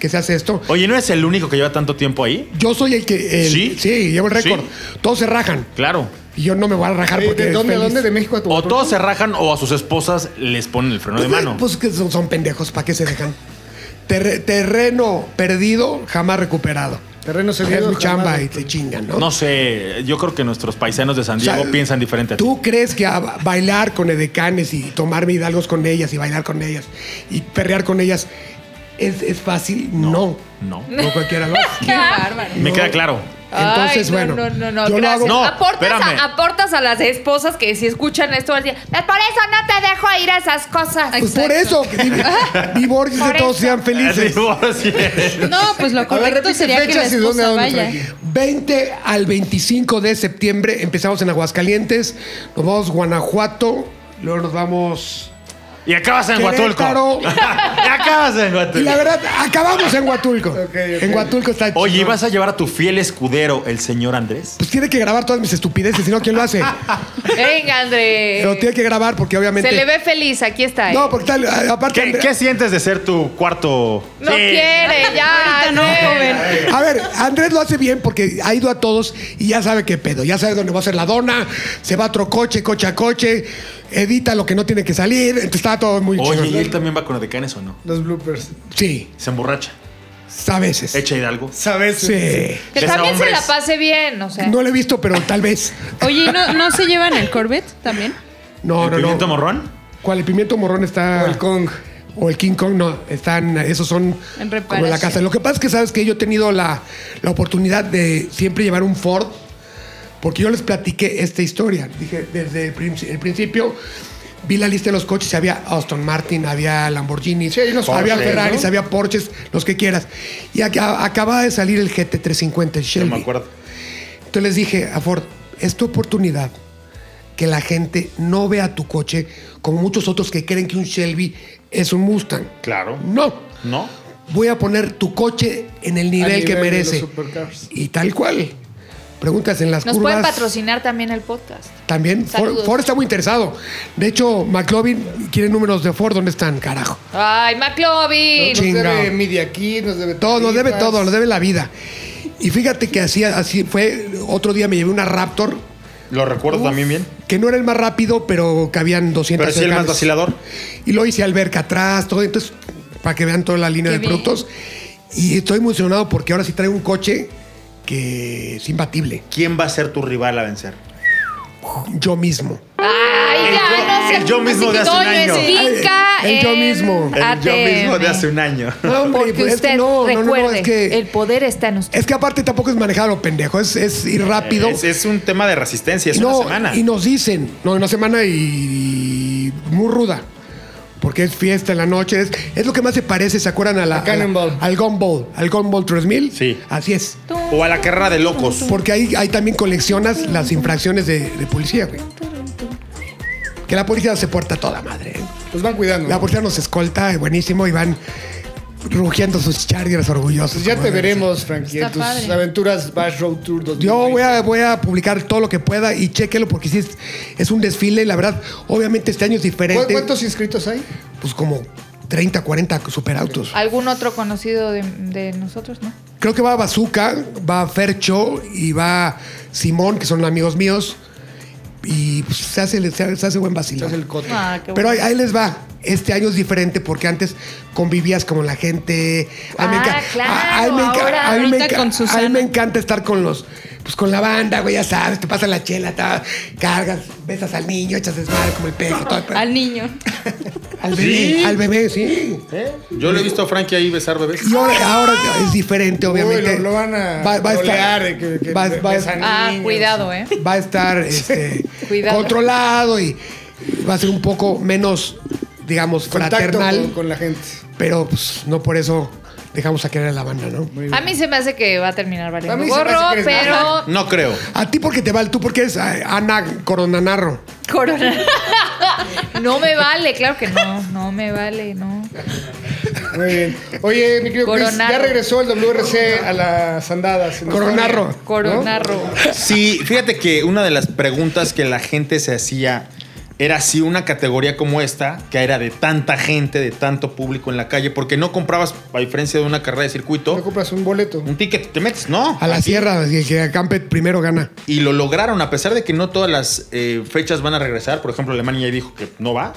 S2: que se hace esto.
S4: Oye, ¿no es el único que lleva tanto tiempo ahí?
S2: Yo soy el que. el-
S4: ¿Sí?
S2: llevo el récord.
S4: Sí.
S2: Todos se rajan.
S4: Claro.
S2: Y yo no me voy a rajar
S8: ¿De,
S2: porque.
S8: Eh, de
S2: es
S8: dónde,
S2: feliz.
S8: dónde? ¿De México a tu
S4: O todos se rajan o a sus esposas les ponen el freno de mano.
S2: Pues que son, son pendejos, ¿para qué se dejan? Terre- terreno perdido, jamás recuperado.
S8: Terreno
S2: Es
S8: cedido.
S2: mi chamba
S8: jamás.
S2: y te chingan, ¿no?
S4: No sé, yo creo que nuestros paisanos de San Diego
S2: sea,
S4: piensan diferente a ti.
S2: ¿Tú crees que a ba- bailar con edecanes y tomarme hidalgos con ellas y bailar con ellas y perrear con ellas es, es fácil? No.
S4: No.
S2: No, cualquiera lo hace.
S3: Qué bárbaro.
S4: Me queda claro.
S2: Entonces,
S6: [LAUGHS] Ah. Ay,
S2: bueno.
S6: No, no,
S2: yo
S6: no, no.
S2: lo
S6: Gracias.
S2: hago-
S4: No,
S6: aportas,
S4: espérame.
S6: a, aportas a las esposas que si escuchan esto al día. "Pues por eso no te dejo ir a esas cosas.
S2: Pues por eso, que
S6: [LAUGHS]
S2: div- divórciense
S6: Por
S2: todos
S6: eso.
S2: sean felices. [LAUGHS]
S4: Así es.
S3: No, pues lo
S8: A ver,
S3: correcto
S8: repite
S3: sería que la
S8: fechas y dónde,
S3: esposa
S8: dónde,
S3: vaya.
S8: Frankie.
S2: 20 al 25 de septiembre empezamos en Aguascalientes, nos vamos a Guanajuato, luego nos vamos...
S4: Y acabas en Huatulco.
S2: Querétaro.
S4: [LAUGHS] y acabas en
S2: Y la
S4: Huatulco.
S2: verdad, acabamos en Huatulco. En Huatulco está chido.
S4: Oye, ¿y vas a llevar a tu fiel escudero, el señor Andrés?
S2: Pues tiene que grabar todas mis estupideces, si no, ¿quién lo hace?
S6: Venga, André.
S2: Pero tiene que grabar porque obviamente...
S6: Se le ve feliz, aquí está. eh.
S2: No, porque tal, a- aparte...
S4: ¿Qué, qué sientes de ser tu cuarto?
S6: No
S4: Sí.
S6: quiere, ya.
S3: Ahorita no,
S6: André.
S3: joven.
S2: A ver, Andrés lo hace bien porque ha ido a todos y ya sabe qué pedo. Ya sabe dónde va a ser la dona, se va a otro coche, coche a coche, edita lo que no tiene que salir. entonces Está todo muy
S4: Oye, ¿y
S2: chido.
S4: él también va con decanes o no?
S8: Los bloopers.
S2: Sí,
S4: Se emborracha,
S2: a veces.
S4: echa hidalgo.
S8: ¿Sabes?
S2: Sí.
S6: Que
S4: Besa
S6: también se
S4: hombres.
S6: la pase bien, o sea.
S2: No lo he visto, pero tal vez.
S3: Oye, ¿y ¿no, ¿no se llevan el Corvette también?
S2: No,
S4: ¿El
S2: no,
S4: pimiento
S2: no.
S4: morrón?
S2: ¿Cuál? El pimiento morrón está.
S8: O el Kong.
S2: O el King Kong, no, están, esos son
S3: En reparación.
S2: como la casa. Lo que pasa es que sabes que yo he tenido la, la oportunidad de siempre llevar un Ford, porque yo les platiqué esta historia. Dije, desde el, princi- el principio vi la lista de los coches, y había Aston Martin, había Lamborghini,
S8: Sí, hay unos
S2: había
S8: Porsche,
S2: Ferraris,
S8: ¿no?
S2: había Porsches, los que quieras. Y acá- acaba de salir el GT350 el
S4: No
S2: Shelby.
S4: me acuerdo.
S2: Entonces les dije a Ford, es tu oportunidad que la gente no vea tu coche como muchos otros que creen que un Shelby es un Mustang.
S4: Claro.
S2: No,
S4: ¿No?
S2: voy a poner tu coche en el nivel,
S8: nivel
S2: que
S8: de
S2: merece.
S8: los supercars.
S2: Y tal cual. Preguntas en las
S6: Nos
S2: curvas.
S6: pueden patrocinar también el podcast.
S2: También Ford,
S6: Saludos.
S2: Ford está muy interesado. De hecho, McLovin quiere números de Ford. ¿Dónde están, carajo?
S6: Ay, McLovin.
S8: Nos
S2: Chinga.
S8: debe Media Kit, nos debe
S2: Todo, nos debe
S6: pues.
S8: tripas.
S2: todo, nos debe la vida. Y fíjate que así, así fue. Otro día me llevé una Raptor
S4: Lo recuerdo también bien.
S2: que no era el más rápido, pero cabían 200
S4: Pero sí el más
S2: cercanas.
S4: vacilador.
S2: Y lo hice alberca atrás, todo. Entonces, para que vean toda la línea de
S6: Qué bien.
S2: productos. Y estoy emocionado porque ahora sí traigo un coche que es imbatible.
S4: ¿Quién va a ser tu rival a vencer?
S2: Yo mismo.
S6: Ay, ya,
S4: yo-
S6: no sé.
S4: el yo mismo de hace un año.
S6: Explica
S2: El yo
S6: en
S2: mismo. El
S4: El yo mismo de
S6: ATM.
S4: hace un año.
S2: No, hombre,
S6: Porque
S2: pues, es que
S6: usted
S2: no, no, no, no,
S6: recuerde,
S2: es que-
S6: el poder está en usted.
S2: Es que aparte tampoco es manejar a lo pendejo, es, es ir rápido.
S4: Es, es un tema de resistencia, es
S2: no,
S4: una semana.
S2: Y nos dicen, no, una semana y, y muy ruda. Porque es fiesta en la noche, es, es lo que más se parece, ¿se acuerdan? A la,
S8: A Cannonball.
S2: al Gumball, al Gumball 3000.
S4: Sí.
S2: Así es.
S4: O a la carrera de locos.
S2: Porque ahí, ahí también coleccionas las infracciones de, de policía, güey. Que la policía se porta a toda madre. ¿eh?
S8: Los van cuidando.
S2: La policía nos escolta, eh, buenísimo, y van rugiendo sus chargers orgullosos.
S8: Pues ya
S2: como
S8: te
S2: debe
S8: veremos, Frankie,
S3: Está
S8: en tus
S3: padre.
S8: aventuras Bash Road Tour 2020.
S2: Yo voy a, voy a publicar todo lo que pueda y chequelo porque sí es, es un desfile y la verdad, obviamente este año es
S8: ¿Cu-
S2: diferente.
S8: ¿Cuántos inscritos hay?
S2: Pues como 30, 40 superautos.
S6: ¿Algún otro conocido de, de nosotros, no?
S2: Creo que va Bazooka, va Fercho y va Simón, que son amigos míos. Y pues, se, hace, se, hace buen vacilón.
S8: Estás el coto.
S6: Ah, qué
S2: Pero ahí,
S6: bueno.
S2: ahí les va. Este año es diferente porque antes convivías con la gente. A mí me
S6: Ah,
S2: enca-
S6: claro,
S2: a- a mí me enca-
S6: ahora
S2: a mí me
S3: ahorita
S2: enca-
S3: con
S2: A mí
S3: Susana.
S2: me encanta estar con los. Pues con la banda, güey, ya sabes, te pasa la chela, ta- cargas, besas al niño, echas desmadre como el peso, todo el pedo.
S3: Al niño.
S2: Al bebé, al bebé, sí.
S4: Yo le he visto a Frankie ahí besar bebés.
S2: Y ahora, ahora es diferente, obviamente.
S8: Uy, lo, lo van a
S2: Va- va a estar-
S8: trolear, eh, que- que
S2: va-
S8: be-
S2: va a-
S8: besan
S6: Ah,
S8: niños.
S6: cuidado, ¿eh?
S2: va a estar este,
S6: Cuidado.
S2: controlado y va a ser un poco menos, digamos,
S8: Contacto
S2: fraternal.
S8: con, con la gente.
S2: Pero pues, no por eso dejamos a querer a la banda, ¿no?
S6: A mí se me hace que va a terminar
S8: A
S6: valiendo
S8: mí se me hace
S6: gorro,
S8: que eres
S6: pero...
S4: No creo.
S2: A ti porque te vale, tú porque eres eh, Ana Coronanarro.
S6: Corona. [LAUGHS] No me vale, claro que no. No me vale, no.
S8: Muy bien. Oye, mi querido Chris,
S6: Coronado.
S8: ya regresó el WRC a las andadas. Se nos
S2: Coronarro.
S8: fue.
S6: Coronarro.
S4: Sí, fíjate que una de las preguntas que la gente se hacía era así una categoría como esta, que era de tanta gente, de tanto público en la calle, porque no comprabas, a diferencia de una carrera de circuito,
S8: No compras un boleto.
S4: un ticket, te metes, no.
S2: A la
S4: Aquí-
S2: sierra, y el que acampe primero gana.
S4: Y lo lograron, a pesar de que no todas las eh, fechas van a regresar. Por ejemplo, Alemania ya dijo que no va.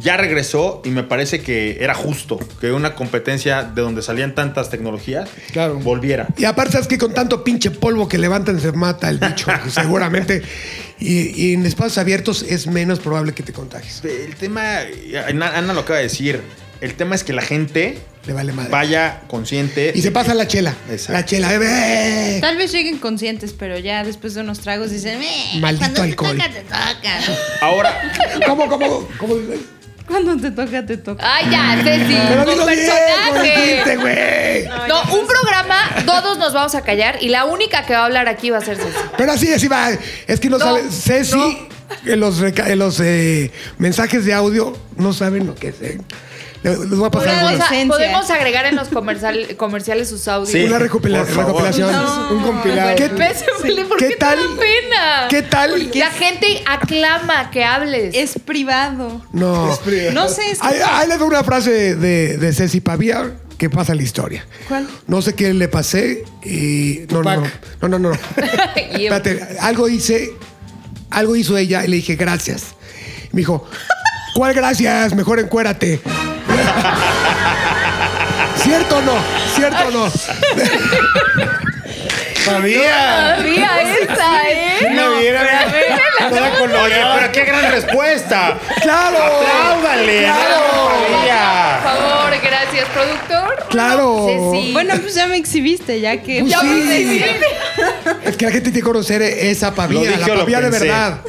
S4: Ya regresó y me parece que era justo que una competencia de donde salían tantas tecnologías
S8: Claro.
S4: volviera.
S2: Y aparte, sabes que con tanto pinche polvo que levantan se mata el bicho, seguramente. Y, y en espacios abiertos es menos probable que te contagies.
S4: El tema, Ana, Ana lo acaba de decir, el tema es que la gente
S2: Le vale madre.
S4: vaya consciente.
S2: Y se pasa la chela.
S4: Exacto.
S2: La chela. ¡eh!
S3: Tal vez lleguen conscientes, pero ya después de unos tragos dicen, "Eh,
S2: Maldito
S3: cuando
S2: alcohol.
S3: te toca, te toca.
S2: [LAUGHS]
S4: Ahora,
S2: eh. ¿Cómo, cómo, cómo?
S3: Cuando te toca, te toca.
S6: Ay, ya, Ceci,
S2: Pero
S6: tu
S2: dilo bien, como dijiste,
S6: personaje.
S2: güey.
S6: No, un programa, todos nos vamos a callar y la única que va a hablar aquí va a ser Ceci.
S2: Pero así es, Iba. Es que no,
S6: No,
S2: saben. Ceci, en los, reca- en los eh, mensajes de audio no saben lo que es. eh. Les les voy a pasar
S6: Podemos,
S2: algunos.
S3: adolescencia.
S6: podemos agregar en los comercial- comerciales sus audios.
S4: Sí.
S2: Una recopila-
S4: Por favor.
S2: recopilación.
S8: un compilado.
S2: ¿Qué-
S6: Pésame, ¿por
S2: ¿Qué
S6: qué, te da
S2: tal?
S6: pena?
S2: ¿Qué tal?
S6: La gente aclama que hables.
S3: Es privado.
S2: No.
S3: No sé, es que-
S2: Ahí, ahí les doy una frase de, de Ceci Pavía que pasa la historia.
S3: ¿Cuál?
S2: No sé qué le pasé y. No, no, no.
S8: Tupac.
S2: No, no, no. no.
S6: [LAUGHS] Y-
S2: Espérate, algo hice. Algo hizo ella y le dije gracias. Me dijo, ¿cuál gracias? Mejor encuérate. [LAUGHS] ¿Cierto o no? ¿Cierto o no?
S4: sabía.
S6: Todavía esa, ¿eh?
S4: No, mira, mira. Toda colorada. Oye, pero qué gran respuesta.
S2: ¡Claro!
S4: ¡Apláudale!
S2: ¡Claro!
S6: Por favor, gracias, productor.
S2: ¡Claro!
S6: Ceci.
S3: Bueno, pues ya me exhibiste, ya que.
S2: Pues
S6: Ya
S2: sí.
S6: me decidí.
S2: Es que la gente tiene que conocer esa
S4: Lo
S2: pavía,
S4: dije
S2: la
S4: o lo
S2: pavía de
S4: pensé.
S2: verdad.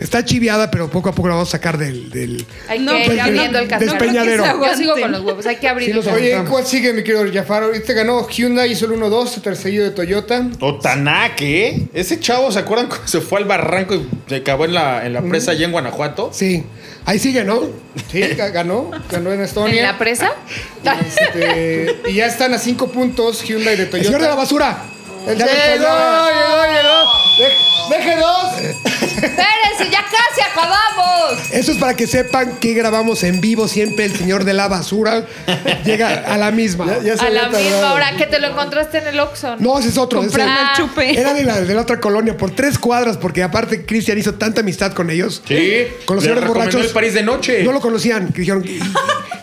S2: Está chiviada, pero poco a poco la vamos a sacar del. del-
S6: Hay que
S3: No,
S6: ir
S3: pues,
S6: abriendo el
S2: no,
S6: cajón.
S2: despeñadero.
S6: Yo sigo con los huevos, hay que
S2: Sí,
S6: abrir
S2: los
S6: el
S2: abrí.
S6: cajón.
S8: Oye, ¿cuál sigue, mi querido Jafar? Ahorita ganó Hyundai, hizo el 1-2, tercero de Toyota.
S4: Otanaque, ¿eh? Ese chavo, ¿se acuerdan cuando se fue al barranco y se acabó en la, en la presa allá en Guanajuato?
S2: Sí. Ahí sigue, ¿no?
S8: Sí, [LAUGHS] ga- ganó, ganó en Estonia.
S6: ¿En la presa? [LAUGHS]
S8: Este, y ya están a 5 puntos Hyundai de
S2: El
S8: Toyota.
S2: señor de la basura.
S8: El
S2: Ya
S8: señor-
S2: me
S8: llegó, llegó, llegó. De- Deje dos.
S6: Espérense, ya casi acabamos.
S2: Eso es para que sepan que grabamos en vivo siempre el señor de la basura llega a la misma.
S8: Ya se
S6: A la
S8: había tardado.
S6: misma hora que te lo encontraste en el Oxxo. ¿no?
S2: No, ese es otro. ese-
S3: Comprando
S6: Ah.
S3: el chupe.
S2: era de la, de la otra colonia, por tres cuadras, porque aparte Cristian hizo tanta amistad con ellos.
S4: Sí.
S2: Con los
S4: Le
S2: señores
S4: recomendó
S2: borrachos.
S4: el París de noche. [LAUGHS]
S2: No lo conocían. que Dijeron, "Y- y-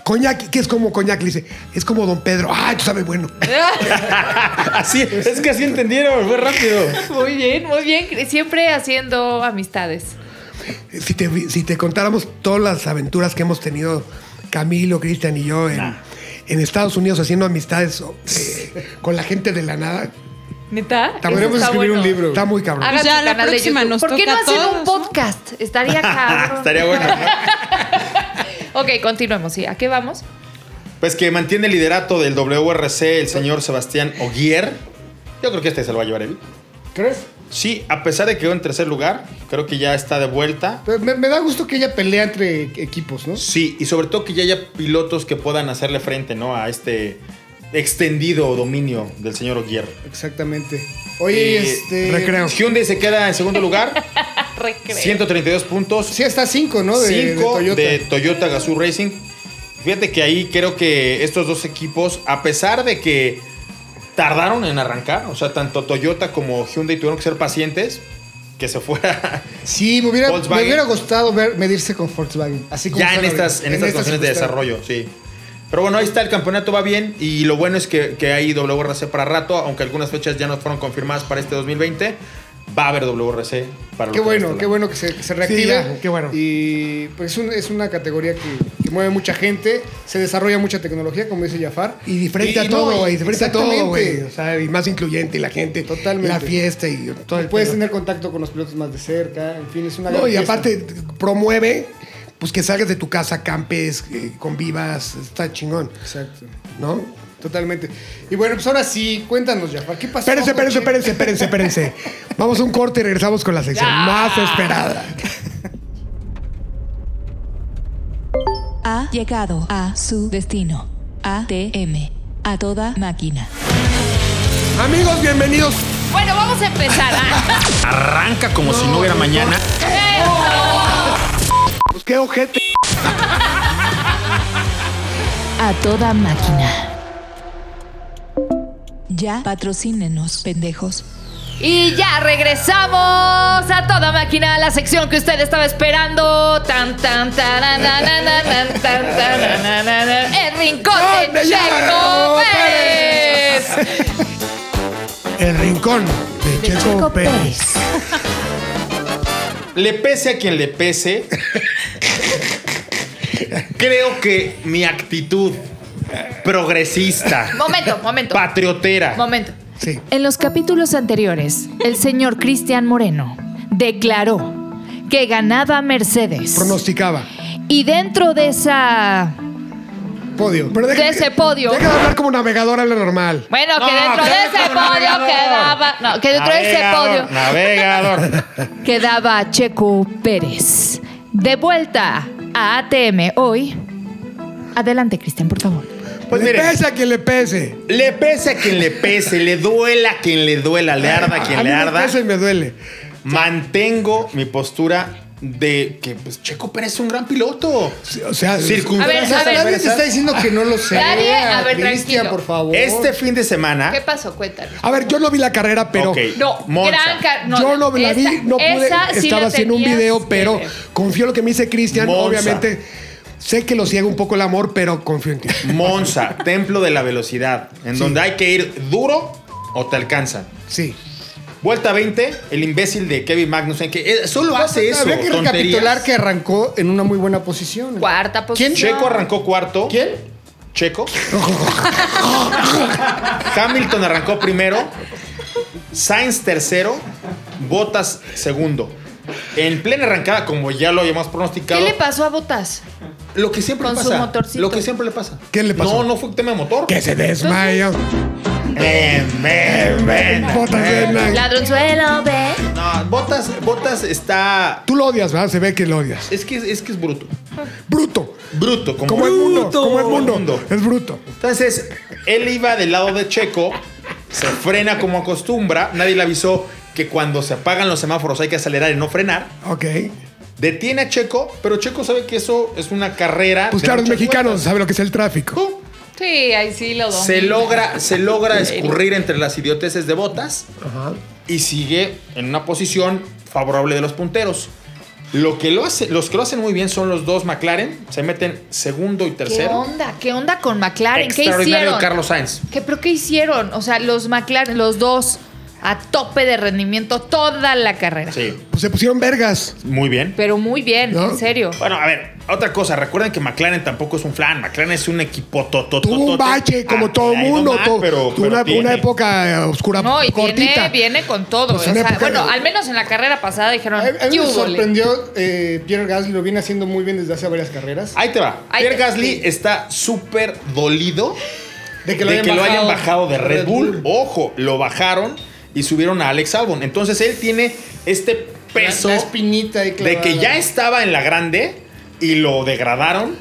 S2: coñac, ¿qué es como coñac? Le dice, es como Don Pedro. Ah, tú sabes, bueno.
S6: [LAUGHS]
S4: Así, es que así entendieron, fue rápido.
S6: Muy bien, muy bien. Siempre haciendo amistades.
S2: Si te, vi- si te contáramos todas las aventuras que hemos tenido Camilo, Cristian y yo en, en Estados Unidos haciendo amistades eh,
S8: [LAUGHS]
S2: con la gente de la nada,
S6: ¿Neta? Eso
S8: Podríamos
S6: está
S8: escribir un
S6: bueno.
S8: libro.
S2: está muy cabrón.
S6: Hagan
S3: Pues Ya
S6: su
S3: la
S6: canal de
S3: próxima
S6: YouTube.
S3: nos
S6: ¿Por qué
S3: toca
S6: no
S3: a
S6: hacen un
S3: todos, ¿no?
S6: podcast?
S4: [LAUGHS]
S6: Estaría cabrón.
S4: Ah, Estaría bueno. ¿no?
S6: Ok, continuemos. ¿sí? ¿A qué vamos?
S4: Pues que mantiene el liderato del WRC el señor Sebastián Oguier. Yo creo que este se lo va a llevar él.
S8: ¿Crees?
S4: Sí, a pesar de que quedó en tercer lugar, creo que ya está de vuelta.
S8: Pero Me, me da gusto que ella pelea entre equipos, ¿no?
S4: Sí, y sobre todo que ya haya pilotos que puedan hacerle frente, ¿no? A este extendido dominio del señor Oguier.
S8: Exactamente. Oye,
S4: Eh,
S8: este.
S2: recreo.
S4: Hyundai se queda en segundo lugar,
S6: Recreo.
S4: 132 puntos.
S8: Sí, hasta 5, ¿no? De, de
S4: 5
S8: Toyota.
S4: de Toyota Gazoo Racing. Fíjate que ahí creo que estos dos equipos, a pesar de que tardaron en arrancar, o sea, tanto Toyota como Hyundai tuvieron que ser pacientes, que se fuera [LAUGHS]
S8: Sí, me hubiera, me
S4: Volkswagen.
S8: hubiera gustado ver medirse con Volkswagen. Así como
S4: ya en
S8: están
S4: estas,
S8: ahorita.
S4: en estas condiciones de
S8: circunstancias.
S4: desarrollo, sí. Pero bueno, ahí está, el campeonato va bien y lo bueno es que, que hay WRC para rato, aunque algunas fechas ya no fueron confirmadas para este 2020, va a haber WRC para
S8: Qué
S4: lo que resta
S8: bueno, qué
S4: del año.
S8: bueno que se, que se reactiva.
S2: ya, qué bueno.
S8: Y pues es, un- es una categoría que, que mueve mucha gente, se desarrolla mucha tecnología, como dice Jafar.
S2: Y diferente a
S8: no,
S2: todo, güey. Diferente a todo, güey. O
S8: exactamente.
S2: sea, y más incluyente, y la gente.
S8: Totalmente.
S2: La fiesta y todo el
S8: Puedes
S2: pedo.
S8: tener contacto con los pilotos más de cerca, en fin, es una
S2: No,
S8: gran
S2: y
S8: fiesta.
S2: aparte promueve, pues que salgas de tu casa, campes, eh, convivas, está chingón,
S8: Exacto,
S2: ¿no?
S8: totalmente. Y bueno, pues ahora sí, cuéntanos, Jafar, ¿qué pasó?
S2: Espérense, espérense,
S8: coche?
S2: espérense, espérense,
S8: [LAUGHS]
S2: espérense. Vamos a un corte y regresamos con la sección
S6: Ya.
S2: más esperada.
S10: Ha llegado a su destino. ATM. A toda máquina.
S2: Amigos, bienvenidos.
S6: Bueno, vamos a empezar. Ah,
S4: Arranca como si no hubiera mañana.
S2: qué ojete.
S10: A toda máquina. Ya patrocínenos, pendejos.
S6: Y ya regresamos a toda máquina, a la sección que usted estaba esperando. Tan, tan, taran, nan, nan, nan, nan, tan, taran, nan, nan, nan. El rincón de
S2: ¿Dónde ya?
S6: Checo Pérez.
S2: El rincón de, Checo, Pérez.
S4: [LAUGHS] Le pese a quien le pese, creo que mi actitud progresista,
S6: Momento, momento.
S4: patriotera,
S6: Momento.
S2: Sí.
S6: En los capítulos anteriores, el señor Cristian Moreno declaró que ganaba Mercedes.
S2: Pronosticaba.
S6: Y dentro de esa.
S2: Podio. Pero
S6: De ese podio.
S2: Deja de hablar como navegadora lo normal.
S6: Bueno, que
S4: No,
S6: dentro
S4: que
S6: de
S4: dentro
S6: ese
S4: del
S6: podio
S4: navegador.
S6: quedaba. No, que dentro de ese
S4: Navegador,
S6: podio
S4: Navegador.
S6: [LAUGHS] quedaba Checo Pérez. De vuelta a ATM hoy. Adelante, Cristian, por favor.
S4: Pues
S2: le
S4: mire,
S2: pese a quien le pese.
S4: le pese a quien le pese, le duela a quien le duela, le arda a
S2: a
S4: quien
S2: mí
S4: le
S2: me
S4: arda.
S2: pesa y me duele.
S4: Mantengo mi postura de que pues, Checo Pérez es un gran piloto.
S2: O sea,
S4: Circun-
S6: A ver, a ver.
S8: Nadie te está diciendo que no lo sé.
S6: Nadie, a ver, tranquilo.
S8: por favor.
S4: Este fin de semana.
S6: ¿Qué pasó? Cuéntanos.
S2: a ver, yo no vi la carrera, pero
S4: Ok,
S6: No,
S4: Monza.
S6: gran car- no,
S2: yo no la vi,
S6: esa-
S2: no pude,
S6: esa sí
S2: estaba
S6: la
S2: haciendo un
S6: tenías
S2: video,
S6: que
S2: pero
S6: ver.
S2: confío en lo que me dice Cristian,
S4: Monza.
S2: obviamente. Sé que lo ciega un poco el amor, pero confío en ti.
S4: Monza, templo de la velocidad, en
S2: Sí.
S4: donde hay que ir duro o te alcanzan.
S2: Sí.
S4: Vuelta 20, el imbécil de Kevin Magnussen, que eh, solo hace eso.
S8: Habría que
S4: tonterías.
S8: recapitular que arrancó en una muy buena posición.
S6: Cuarta posición.
S4: Checo arrancó cuarto. ¿Quién? Checo. Hamilton arrancó primero. Sainz tercero. Bottas segundo. En plena arrancada, como ya lo habíamos
S6: ¿Qué
S4: pronosticado,
S6: le pasó a Botas?
S4: lo que siempre
S6: con
S4: le
S6: su
S4: pasa.
S6: motorcito?
S4: Lo que siempre le pasa.
S2: ¿Qué le pasó?
S4: No, no fue tema de motor. Em,
S2: Que se desmayó.
S4: Ven, ven, ven.
S2: Botas
S6: eh,
S2: de na-
S6: Ladronzuelo, ve.
S4: No, Botas, Botas está.
S2: Tú lo odias, ¿verdad? Se ve que lo odias.
S4: Es que es, que es bruto.
S2: Bruto.
S4: Bruto, como,
S2: Como el mundo. Como el
S4: Como
S2: mundo. Es bruto.
S4: Entonces, él iba del lado de Checo, se frena como acostumbra. Nadie le avisó que cuando se apagan los semáforos hay que acelerar y no frenar.
S2: Ok.
S4: Detiene a Checo, pero Checo sabe que eso es una carrera.
S2: Pues
S4: de
S2: claro, los
S4: muchas
S2: mexicanos
S4: vueltas.
S2: saben lo que es el tráfico.
S4: Pum.
S6: Sí, ahí sí lo domina.
S4: Se logra, se logra escurrir entre las idioteces de botas y sigue en una posición favorable de los punteros. Lo que lo hace, los que lo hacen muy bien son los dos McLaren. Se meten segundo y
S6: ¿Qué
S4: tercero.
S6: onda? ¿Qué onda con McLaren? ¿Qué
S4: Extraordinario
S6: hicieron?
S4: Carlos Sainz.
S6: ¿Qué, ¿Pero qué hicieron? O sea, los McLaren, los dos, a tope de rendimiento toda la carrera.
S4: Sí,
S2: Pues se pusieron vergas.
S4: muy bien.
S6: Pero muy bien,
S2: ¿No?
S6: en serio.
S4: Bueno, a ver, otra cosa, recuerden que McLaren tampoco es un flan, McLaren es un equipo totototote.
S2: Tuvo un bache como
S4: Ah,
S2: todo
S4: ha ido
S2: mundo.
S4: mal,
S2: to-
S4: pero-
S2: tuvo
S4: pero
S2: una,
S4: tiene.
S2: una época eh, oscura
S6: No, y
S2: cortita.
S6: viene, viene con todo.
S2: Pues
S6: o
S2: una
S6: sea,
S2: época-
S6: bueno, al menos en la carrera pasada dijeron,
S8: A a mí
S6: "¿Qué
S8: me
S6: hubo, le?".
S8: sorprendió eh, Pierre Gasly, lo viene haciendo muy bien desde hace varias carreras.
S4: Ahí te va.
S6: Ahí
S4: Pierre
S6: te-
S4: Gasly
S6: sí.
S4: está súper dolido de que, lo, hayan bajado de Red, Bull. Ojo, lo bajaron y subieron a Alex Albon. Entonces él tiene este peso
S8: La espinita ahí
S4: de
S8: clavada.
S4: que ya estaba en la grande y lo degradaron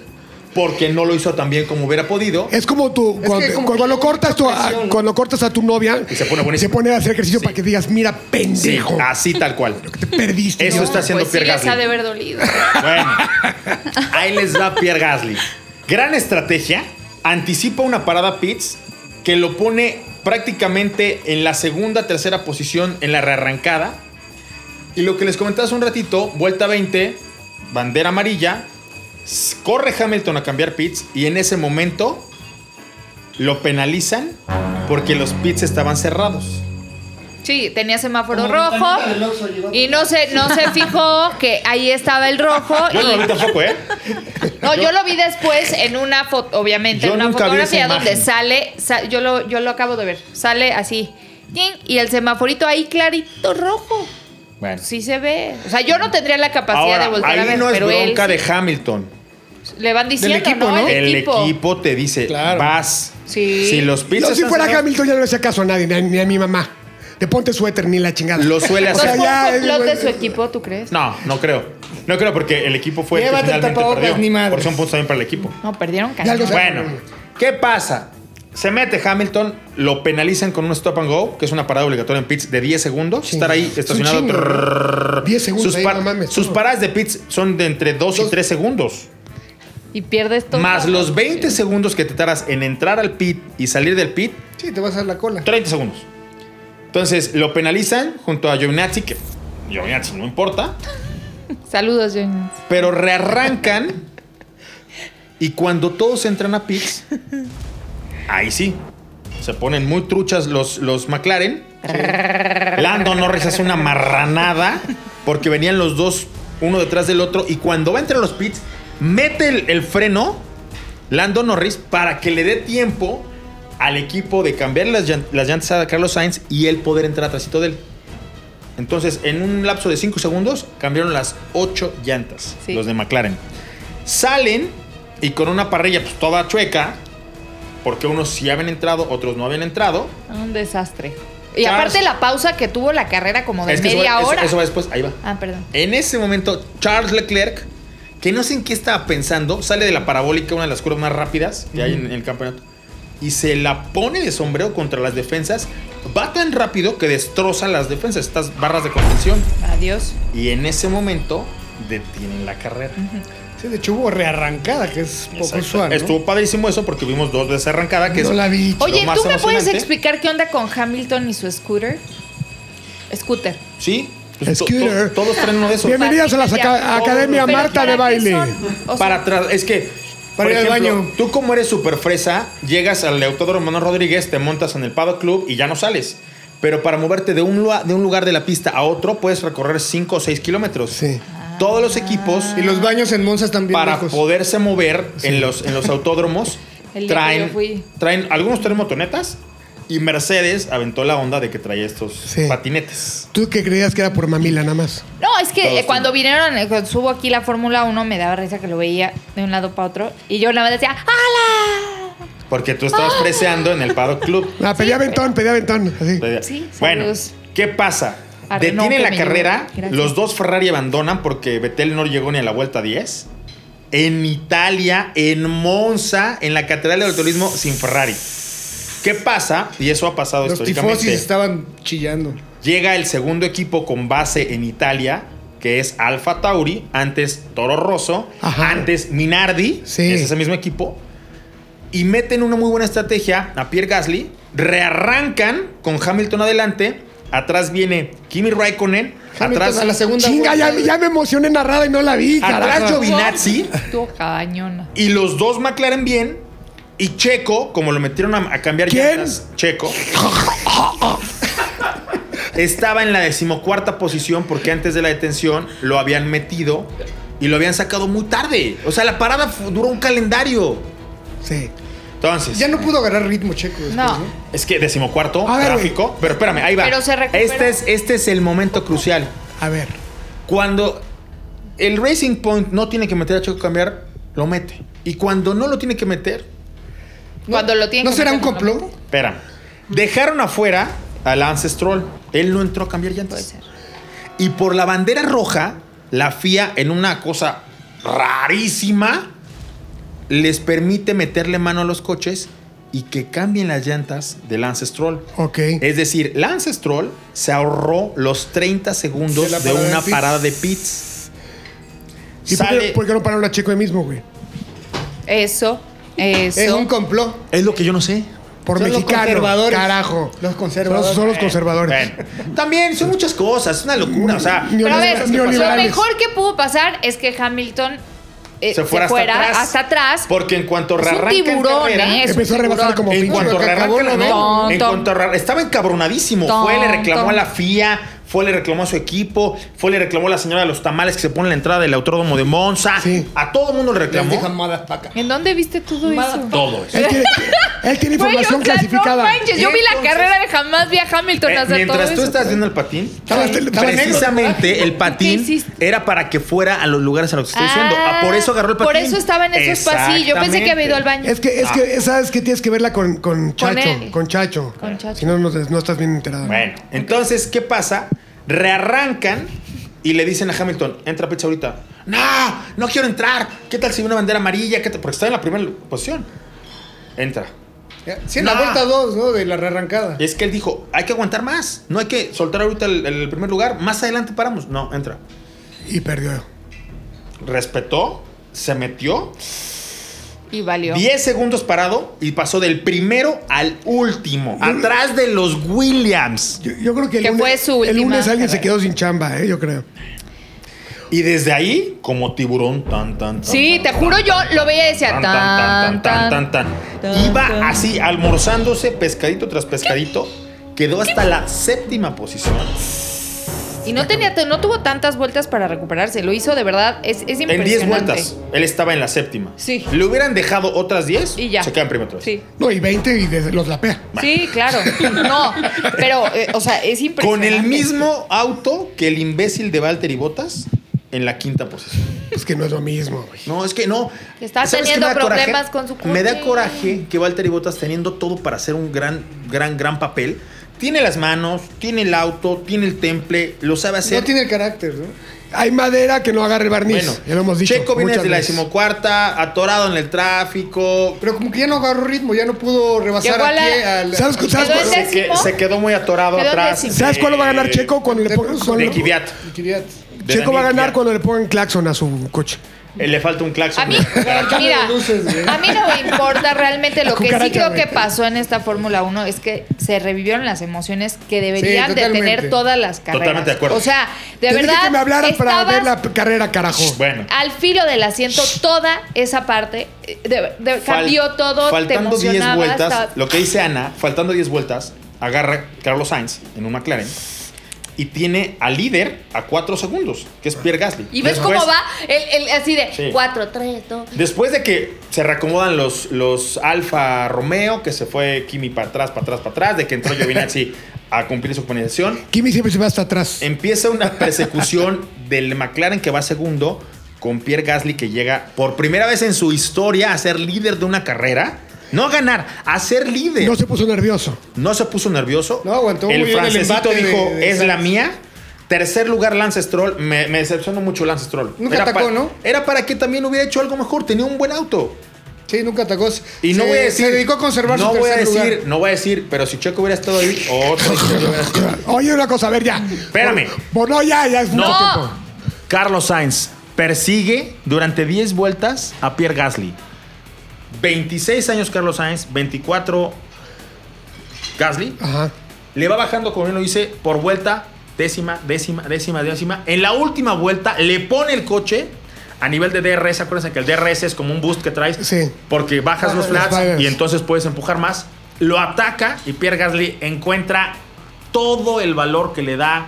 S4: porque no lo hizo tan bien como hubiera podido.
S2: Es como tú,
S8: Es
S2: cuando,
S8: que como
S2: cuando
S8: que
S2: lo cortas tú, a,
S8: presión, ¿no?
S2: cuando cortas a tu novia
S4: Y se pone buenísimo.
S2: a hacer ejercicio para que digas, mira,
S4: Sí,
S2: pendejo,
S4: así tal cual.
S2: te perdiste.
S4: Eso
S2: ¿no?
S4: está haciendo
S6: pues sí
S4: Pierre
S6: les
S4: Gasly.
S6: ha de haber dolido.
S4: Bueno, ahí les da Pierre Gasly. Gran estrategia. Anticipa una parada pits que lo pone prácticamente en la segunda, tercera posición en la rearrancada. Y lo que les comentaba hace un ratito, vuelta 20, bandera amarilla, s- corre Hamilton a cambiar pits y en ese momento lo penalizan porque los pits estaban cerrados.
S6: Sí, tenía semáforo
S8: Como
S6: rojo
S8: ventanita del Oxxo llegó.
S6: y no se, no se fijó que ahí estaba el rojo.
S4: Yo no lo vi
S6: y,
S2: [LAUGHS]
S4: tampoco, ¿eh?
S6: no, yo, lo vi después en una foto, obviamente,
S4: Yo
S6: en una
S4: nunca vi esa
S6: fotografía donde
S4: imagen.
S6: sale, sa- yo, lo, yo lo acabo de ver, sale así. ¡ting! Y el semaforito ahí clarito rojo.
S4: Bueno.
S6: Sí se ve. O sea, yo no tendría la capacidad
S4: Ahora,
S6: de volver a
S4: ahí
S6: ver,
S4: no es
S6: pero él
S4: bronca
S6: sí.
S4: de Hamilton.
S6: le van diciendo,
S8: equipo,
S6: ¿no?
S8: ¿no?
S6: El, equipo.
S4: te dice,
S8: Claro.
S4: vas.
S6: Sí.
S4: Si los pits
S2: Yo, si
S4: están
S2: fuera
S4: cerrados,
S2: Hamilton, ya no le hacía caso a nadie, ni a, ni a mi mamá. Te ponte suéter ni la chingada.
S4: lo suele
S6: Entonces,
S4: hacer.
S2: O sea, ya,
S6: ¿fue un complot
S2: es-
S6: de su equipo, tú crees?
S4: No, no creo. No creo porque el equipo fue el que
S8: Llévate el
S4: finalmente
S8: tapabocas,
S4: perdió.
S8: ni madres.
S4: Por eso un punto también para el equipo.
S6: No, perdieron
S2: Ya
S6: cañón.
S2: lo sé.
S4: Bueno, ¿qué pasa? Se mete Hamilton, lo penalizan con un stop and go, que es una parada obligatoria en pits de 10 segundos. Estar ahí
S2: Es un
S4: estacionado
S2: chingo, ¿no?
S4: trrr,
S8: 10 segundos
S2: Sus,
S8: ahí,
S2: par-
S8: no mames.
S2: sus paradas de pits son de entre 2 y 3 segundos.
S6: Y pierdes todo.
S2: Más
S8: Ah,
S2: los 20 segundos que te tardas en entrar al pit y salir del pit,
S4: Sí, te vas a la cola.
S2: 30 segundos. Entonces lo penalizan junto a Giovinazzi, que Giovinazzi no importa,
S6: Saludos, John.
S2: pero rearrancan y cuando todos entran a pits, [LAUGHS] ahí sí, se ponen muy truchas los, los McLaren. Lando Norris hace una marranada porque venían los dos uno detrás del otro y cuando va a entrar a los pits mete el, el freno Lando Norris para que le dé tiempo al equipo de cambiar las, llan- las llantas a Carlos Sainz y él poder entrar atrásito de él. Entonces, en un lapso de 5 segundos cambiaron las 8 llantas,
S6: Sí.
S2: los de McLaren. Salen y con una parrilla pues toda chueca, porque unos sí habían entrado, otros no habían entrado.
S6: Un desastre. Y
S2: Charles-
S6: aparte la pausa que tuvo la carrera como de
S2: Es que eso
S6: media
S2: va- eso-
S6: hora.
S2: eso va después, ahí va.
S6: Ah, perdón.
S2: En ese momento, Charles Leclerc, que no sé en qué estaba pensando, sale de la parabólica, una de las curvas más rápidas que hay en, en el campeonato, y se la pone de sombrero contra las defensas. Va tan rápido que destroza las defensas, estas barras de contención.
S6: Adiós.
S2: Y en ese momento detienen la carrera.
S4: Sí, de hecho hubo rearrancada, que es poco
S2: Exacto.
S4: usual. ¿no?
S2: Estuvo padrísimo eso porque vimos dos veces arrancada, que
S4: No
S2: es
S4: la vi.
S2: lo
S6: Oye,
S2: más
S6: ¿tú me puedes
S2: emocionante.
S6: explicar qué onda con Hamilton y su scooter? Scooter.
S2: Sí. pues, to- to-
S8: Scooter.
S2: todos traen uno de esos.
S8: Bienvenidas a la saca- Academia
S6: Pero
S8: Marta
S6: ¿para
S8: de
S6: qué
S8: baile.
S6: son? O sea,
S2: para atrás. Es que.
S4: Para
S2: por
S4: ir al
S2: ejemplo,
S4: baño.
S2: Tú, como eres super fresa, llegas al Autódromo Manuel Rodríguez, te montas en el Pado Club y ya no sales. Pero para moverte de un, lua- de un lugar de la pista a otro, puedes recorrer 5 o 6 kilómetros.
S8: Sí.
S2: Todos los equipos,
S4: Y los baños en Monza están bien
S2: para
S4: lejos.
S2: poderse mover en, los, en los autódromos,
S6: [LAUGHS] El día que yo
S2: traen,
S6: fui.
S2: traen. Algunos traen motonetas y Mercedes aventó la onda de que traía estos
S8: Sí.
S2: patinetes.
S8: ¿Tú qué creías que era por mamila nada más?
S6: No, es
S2: Todos
S6: que eh, cuando vinieron, eh, cuando subo aquí la Fórmula 1, me daba risa que lo veía de un lado para otro. Y yo nada más decía, ¡Hala!
S2: Porque tú estabas
S6: Ah.
S2: freseando en el Pado
S4: [LAUGHS]
S2: Club.
S8: Ah, pedía ventón, pedía ventón. Así.
S6: Sí, saludos.
S2: bueno, ¿qué pasa?
S6: A Renault
S2: Detienen
S6: que
S2: la
S6: me llevó.
S2: carrera,
S6: Gracias.
S2: los dos Ferrari abandonan porque Vettel no llegó ni a la vuelta 10. En Italia, en Monza, en la Catedral del Automovilismo sin Ferrari. ¿Qué pasa? Y eso ha pasado
S4: Los tifosis
S2: históricamente.
S4: estaban chillando.
S2: Llega el segundo equipo con base en Italia, que es Alfa Tauri, antes Toro Rosso,
S8: Ajá.
S2: antes Minardi,
S8: Sí.
S2: es ese mismo equipo, y meten una muy buena estrategia a Pierre Gasly, rearrancan con Hamilton adelante, atrás viene Kimi Raikkonen,
S4: Hamilton
S2: atrás
S4: a la segunda
S8: Chinga, ya,
S4: vuelta. Ah,
S8: ya me emocioné narrada y no la vi,
S2: atrás
S8: carajo.
S2: Giovinazzi,
S6: Estuvo cañona.
S2: y los dos McLaren bien, y Checo, como lo metieron a, a cambiar
S8: ¿Quién?
S2: llantas, Checo. [LAUGHS] Estaba en la decimocuarta posición porque antes de la detención lo habían metido y lo habían sacado muy tarde. O sea, la parada fu- duró un calendario.
S8: Sí.
S2: Entonces,
S4: Ya no pudo agarrar ritmo checo. después,
S6: No.
S4: ¿no?
S2: es que decimocuarto,
S8: A ver,
S2: tráfico. Pero espérame, ahí va.
S6: Pero se recupera.
S2: este, es, este es el momento crucial.
S8: A ver.
S2: Cuando el Racing Point no tiene que meter a Checo a cambiar, lo mete. Y cuando no lo tiene que meter,
S6: Cuando lo tienen
S4: ¿No
S6: que
S4: será un
S6: meter
S4: complot?
S6: nuevamente.
S2: Espera. Dejaron afuera a Lance Stroll. Él no entró a cambiar llantas.
S6: Puede ser.
S2: Y por la bandera roja, la FIA, en una cosa rarísima, les permite meterle mano a los coches y que cambien las llantas de Lance Stroll.
S8: Ok.
S2: Es decir, Lance Stroll se ahorró los 30 segundos
S4: De la
S2: de,
S4: parada
S2: una
S4: de pits.
S2: parada de pits.
S8: ¿Y por
S2: Sale-
S8: qué, por qué no paró la chico ahí mismo, güey?
S6: Eso, eso.
S4: Es un complot.
S2: Es lo que yo no sé.
S8: Por
S4: Son los
S8: mexicano,
S4: conservadores.
S8: carajo.
S4: Los
S8: Son,
S4: conservadores.
S8: son los conservadores.
S2: Bueno, también son muchas cosas, es una locura. O sea,
S6: Pero a
S8: Neoliber-
S6: ver, lo
S8: neoliberales.
S6: mejor que pudo pasar es que Hamilton eh,
S2: se fuera, hasta, atrás, Porque en cuanto
S6: Es un
S2: arranca en
S6: tiburón,
S2: carrera,
S6: ¿eh? Es
S8: Empezó a
S6: un
S8: rebasar
S6: tiburón.
S8: como
S2: en
S8: pinche.
S2: cuanto
S4: lo que
S2: arranca
S4: acabó
S2: la
S4: la
S2: carrera,
S6: vez.
S2: en
S6: Tonto.
S2: cuanto arran- estaba encabronadísimo. Fue, le reclamó
S6: Tonto.
S2: a la FIA, fue, le reclamó a su equipo, fue, le reclamó a la señora de los tamales que se pone en la entrada del autódromo de Monza.
S8: Sí.
S2: A todo el mundo le
S4: Les dejan
S2: reclamó.
S4: malas pacas.
S6: ¿En dónde viste todo eso?
S2: Todo eso.
S8: Él tiene, él tiene
S6: Güey,
S8: información
S6: o sea,
S8: clasificada.
S6: No manches, yo vi la
S2: Entonces-
S6: carrera de jamás vi a Hamilton
S2: Eh,
S6: hacer
S2: mientras
S6: todo
S2: tú
S6: eso.
S2: estás viendo el patín,
S8: Estaba- estaba negro.
S2: precisamente el patín
S6: hiciste?
S2: era para que fuera a los lugares a los que estoy diciendo. Ah, por eso agarró el patín.
S6: Por eso estaba en esos pasillos. Yo pensé que había ido al baño.
S8: Es
S2: Ah.
S8: que, es que, ¿sabes qué tienes que verla con, con Chacho?
S6: él.
S8: Con Chacho.
S6: Con Chacho.
S8: Si no, no, no estás bien enterada.
S2: Bueno, entonces, ¿qué pasa? Rearrancan y le dicen a Hamilton, entra pizza ahorita. No, no quiero entrar. ¿Qué tal si ve una bandera amarilla? ¿Qué tal? Porque está en la primera posición. Entra.
S8: Sí, en la
S4: Nah.
S8: vuelta 2, ¿no? De la rearrancada.
S4: Es que él dijo, hay que aguantar más. No hay que soltar ahorita el, el primer lugar. Más adelante paramos. No, entra.
S2: Y perdió.
S4: Respetó, se metió.
S6: Y valió.
S4: 10 segundos parado y pasó del primero al último. Atrás de los Williams.
S2: Yo, yo creo que el
S6: Que
S2: lunes,
S6: fue su
S2: el
S6: última
S2: lunes alguien se
S6: carrera.
S2: quedó sin chamba, ¿eh? yo creo.
S4: Y desde ahí, como tiburón, tan, tan, tan.
S6: Sí, te juro yo lo veía y decía
S4: Tan, tan, tan, tan, tan, tan,
S6: tan, tan.
S4: Iba así, almorzándose pescadito tras pescadito. Quedó hasta la séptima posición.
S6: Y no tenía, no tuvo tantas vueltas para recuperarse. Lo hizo de verdad, es, es impresionante.
S4: En 10 vueltas, él estaba en la séptima.
S6: Sí.
S4: Le hubieran dejado otras 10
S6: Y ya.
S4: Se quedan primero otra vez.
S6: Sí.
S2: No, y 20 y de- los lapea.
S6: Sí, claro. No, pero, eh, o sea, es
S4: Con
S6: impresionante.
S4: el mismo auto que el imbécil de Valtteri Botas en la quinta posición.
S2: Pues que no es lo mismo, güey.
S4: No, es que no.
S6: Está
S4: ¿Sabes qué
S6: teniendo
S4: me da coraje?
S6: problemas con su coche.
S4: Me da coraje que Valtteri Bottas, teniendo todo para hacer un gran, gran, gran papel, tiene las manos, tiene el auto, tiene el temple, lo sabe hacer.
S8: No tiene el carácter, ¿no?
S2: Hay madera que no agarre el barniz.
S4: Bueno,
S2: ya lo hemos dicho.
S4: Checo viene
S2: muchas
S4: de la
S2: veces.
S4: decimocuarta, atorado en el tráfico.
S8: Pero como que ya no agarró ritmo, ya no pudo rebasar
S6: Llegó a
S8: a
S6: la-
S8: pie al.
S2: ¿Sabes, cu- sabes
S6: Pero
S2: cu-
S6: ese-
S4: Se, que-
S6: ¿Décimo?
S4: se quedó muy atorado
S6: Quedó
S4: atrás.
S6: décimo.
S2: ¿sabes cuál lo va a ganar
S4: eh,
S2: Checo cuando le
S8: de
S2: pongan
S8: Cruz,
S2: cuando-
S4: De Kvyat.
S8: Kvyat.
S4: De
S2: Checo va a
S4: Daniel
S2: ganar
S4: Kvyat.
S2: cuando le pongan claxon a su coche.
S4: Eh, le falta un claxon.
S6: A mí,
S8: Cucaracha
S6: mira,
S8: de luces, güey.
S6: a mí no me importa realmente. Lo
S2: La
S6: que sí
S2: cucaracha,
S6: creo
S2: güey.
S6: que pasó en esta Fórmula 1 es que se revivieron las emociones que deberían
S8: Sí,
S6: de
S8: totalmente.
S6: tener todas las carreras.
S4: Totalmente de acuerdo.
S6: O sea, de
S2: Te dije
S6: verdad,
S2: que me hablaran para
S6: estabas
S2: ver la p- carrera, carajo.
S4: Bueno.
S6: al filo del asiento toda esa parte. eh, de- de-
S4: Fal-
S6: cambió todo, te
S4: Faltando 10
S6: emocionaba.
S4: vueltas,
S6: estaba-
S4: lo que dice Ana, faltando 10 vueltas, agarra Carlos Sainz en un McLaren y tiene al líder a 4 segundos, que es Pierre Gasly.
S6: Y ves
S4: Después-
S6: cómo va el, el- así
S4: Sí.
S6: de 4, 3, 2.
S4: Después de que se reacomodan los, los Alfa Romeo, que se fue Kimi para atrás, para atrás, para atrás, de que entró Giovinazzi a cumplir su penalización,
S2: Kimi siempre se va hasta atrás.
S4: empieza una
S6: [LAUGHS]
S4: persecución del McLaren que va segundo con Pierre Gasly que llega por primera vez en su historia a ser líder de una carrera. No a ganar, a ser líder.
S2: No se puso
S4: [LAUGHS]
S2: nervioso.
S4: No se puso nervioso.
S8: No, aguantó
S4: El
S8: muy bien el
S4: francesito
S8: embate
S4: dijo,
S8: de- de
S4: es
S8: Sainz".
S4: la mía. Tercer lugar, Lance Stroll. Me, me decepcionó mucho Lance Stroll.
S8: Nunca atacó,
S4: para,
S8: ¿no?
S4: Era para que también hubiera hecho algo mejor. Tenía un buen auto.
S8: Sí, nunca atacó.
S4: Y no
S8: Se-
S4: voy a decir...
S8: Se dedicó a conservar
S4: no
S8: su
S4: voy a
S8: tercer
S4: decir,
S8: lugar.
S4: No voy a decir, pero si Checo hubiera estado ahí,
S8: [LAUGHS]
S4: otro historia hubiera sido.
S2: Oye, una cosa, a ver, ya.
S4: Espérame.
S2: Bueno, no, ya, ya es mucho
S6: No.
S2: tiempo.
S4: Carlos Sainz persigue durante 10 vueltas a Pierre Gasly. 26 años Carlos Sainz, 24 Gasly.
S2: Ajá.
S4: Le va bajando, como bien lo dice, por vuelta, décima, décima, décima, décima. En la última vuelta le pone el coche a nivel de DRS. Acuérdense que el DRS es como un boost que traes.
S2: Sí.
S4: Porque
S2: Baja
S4: bajas los
S2: los
S4: flats
S2: flares.
S4: y entonces puedes empujar más. Lo ataca y Pierre Gasly encuentra todo el valor que le da.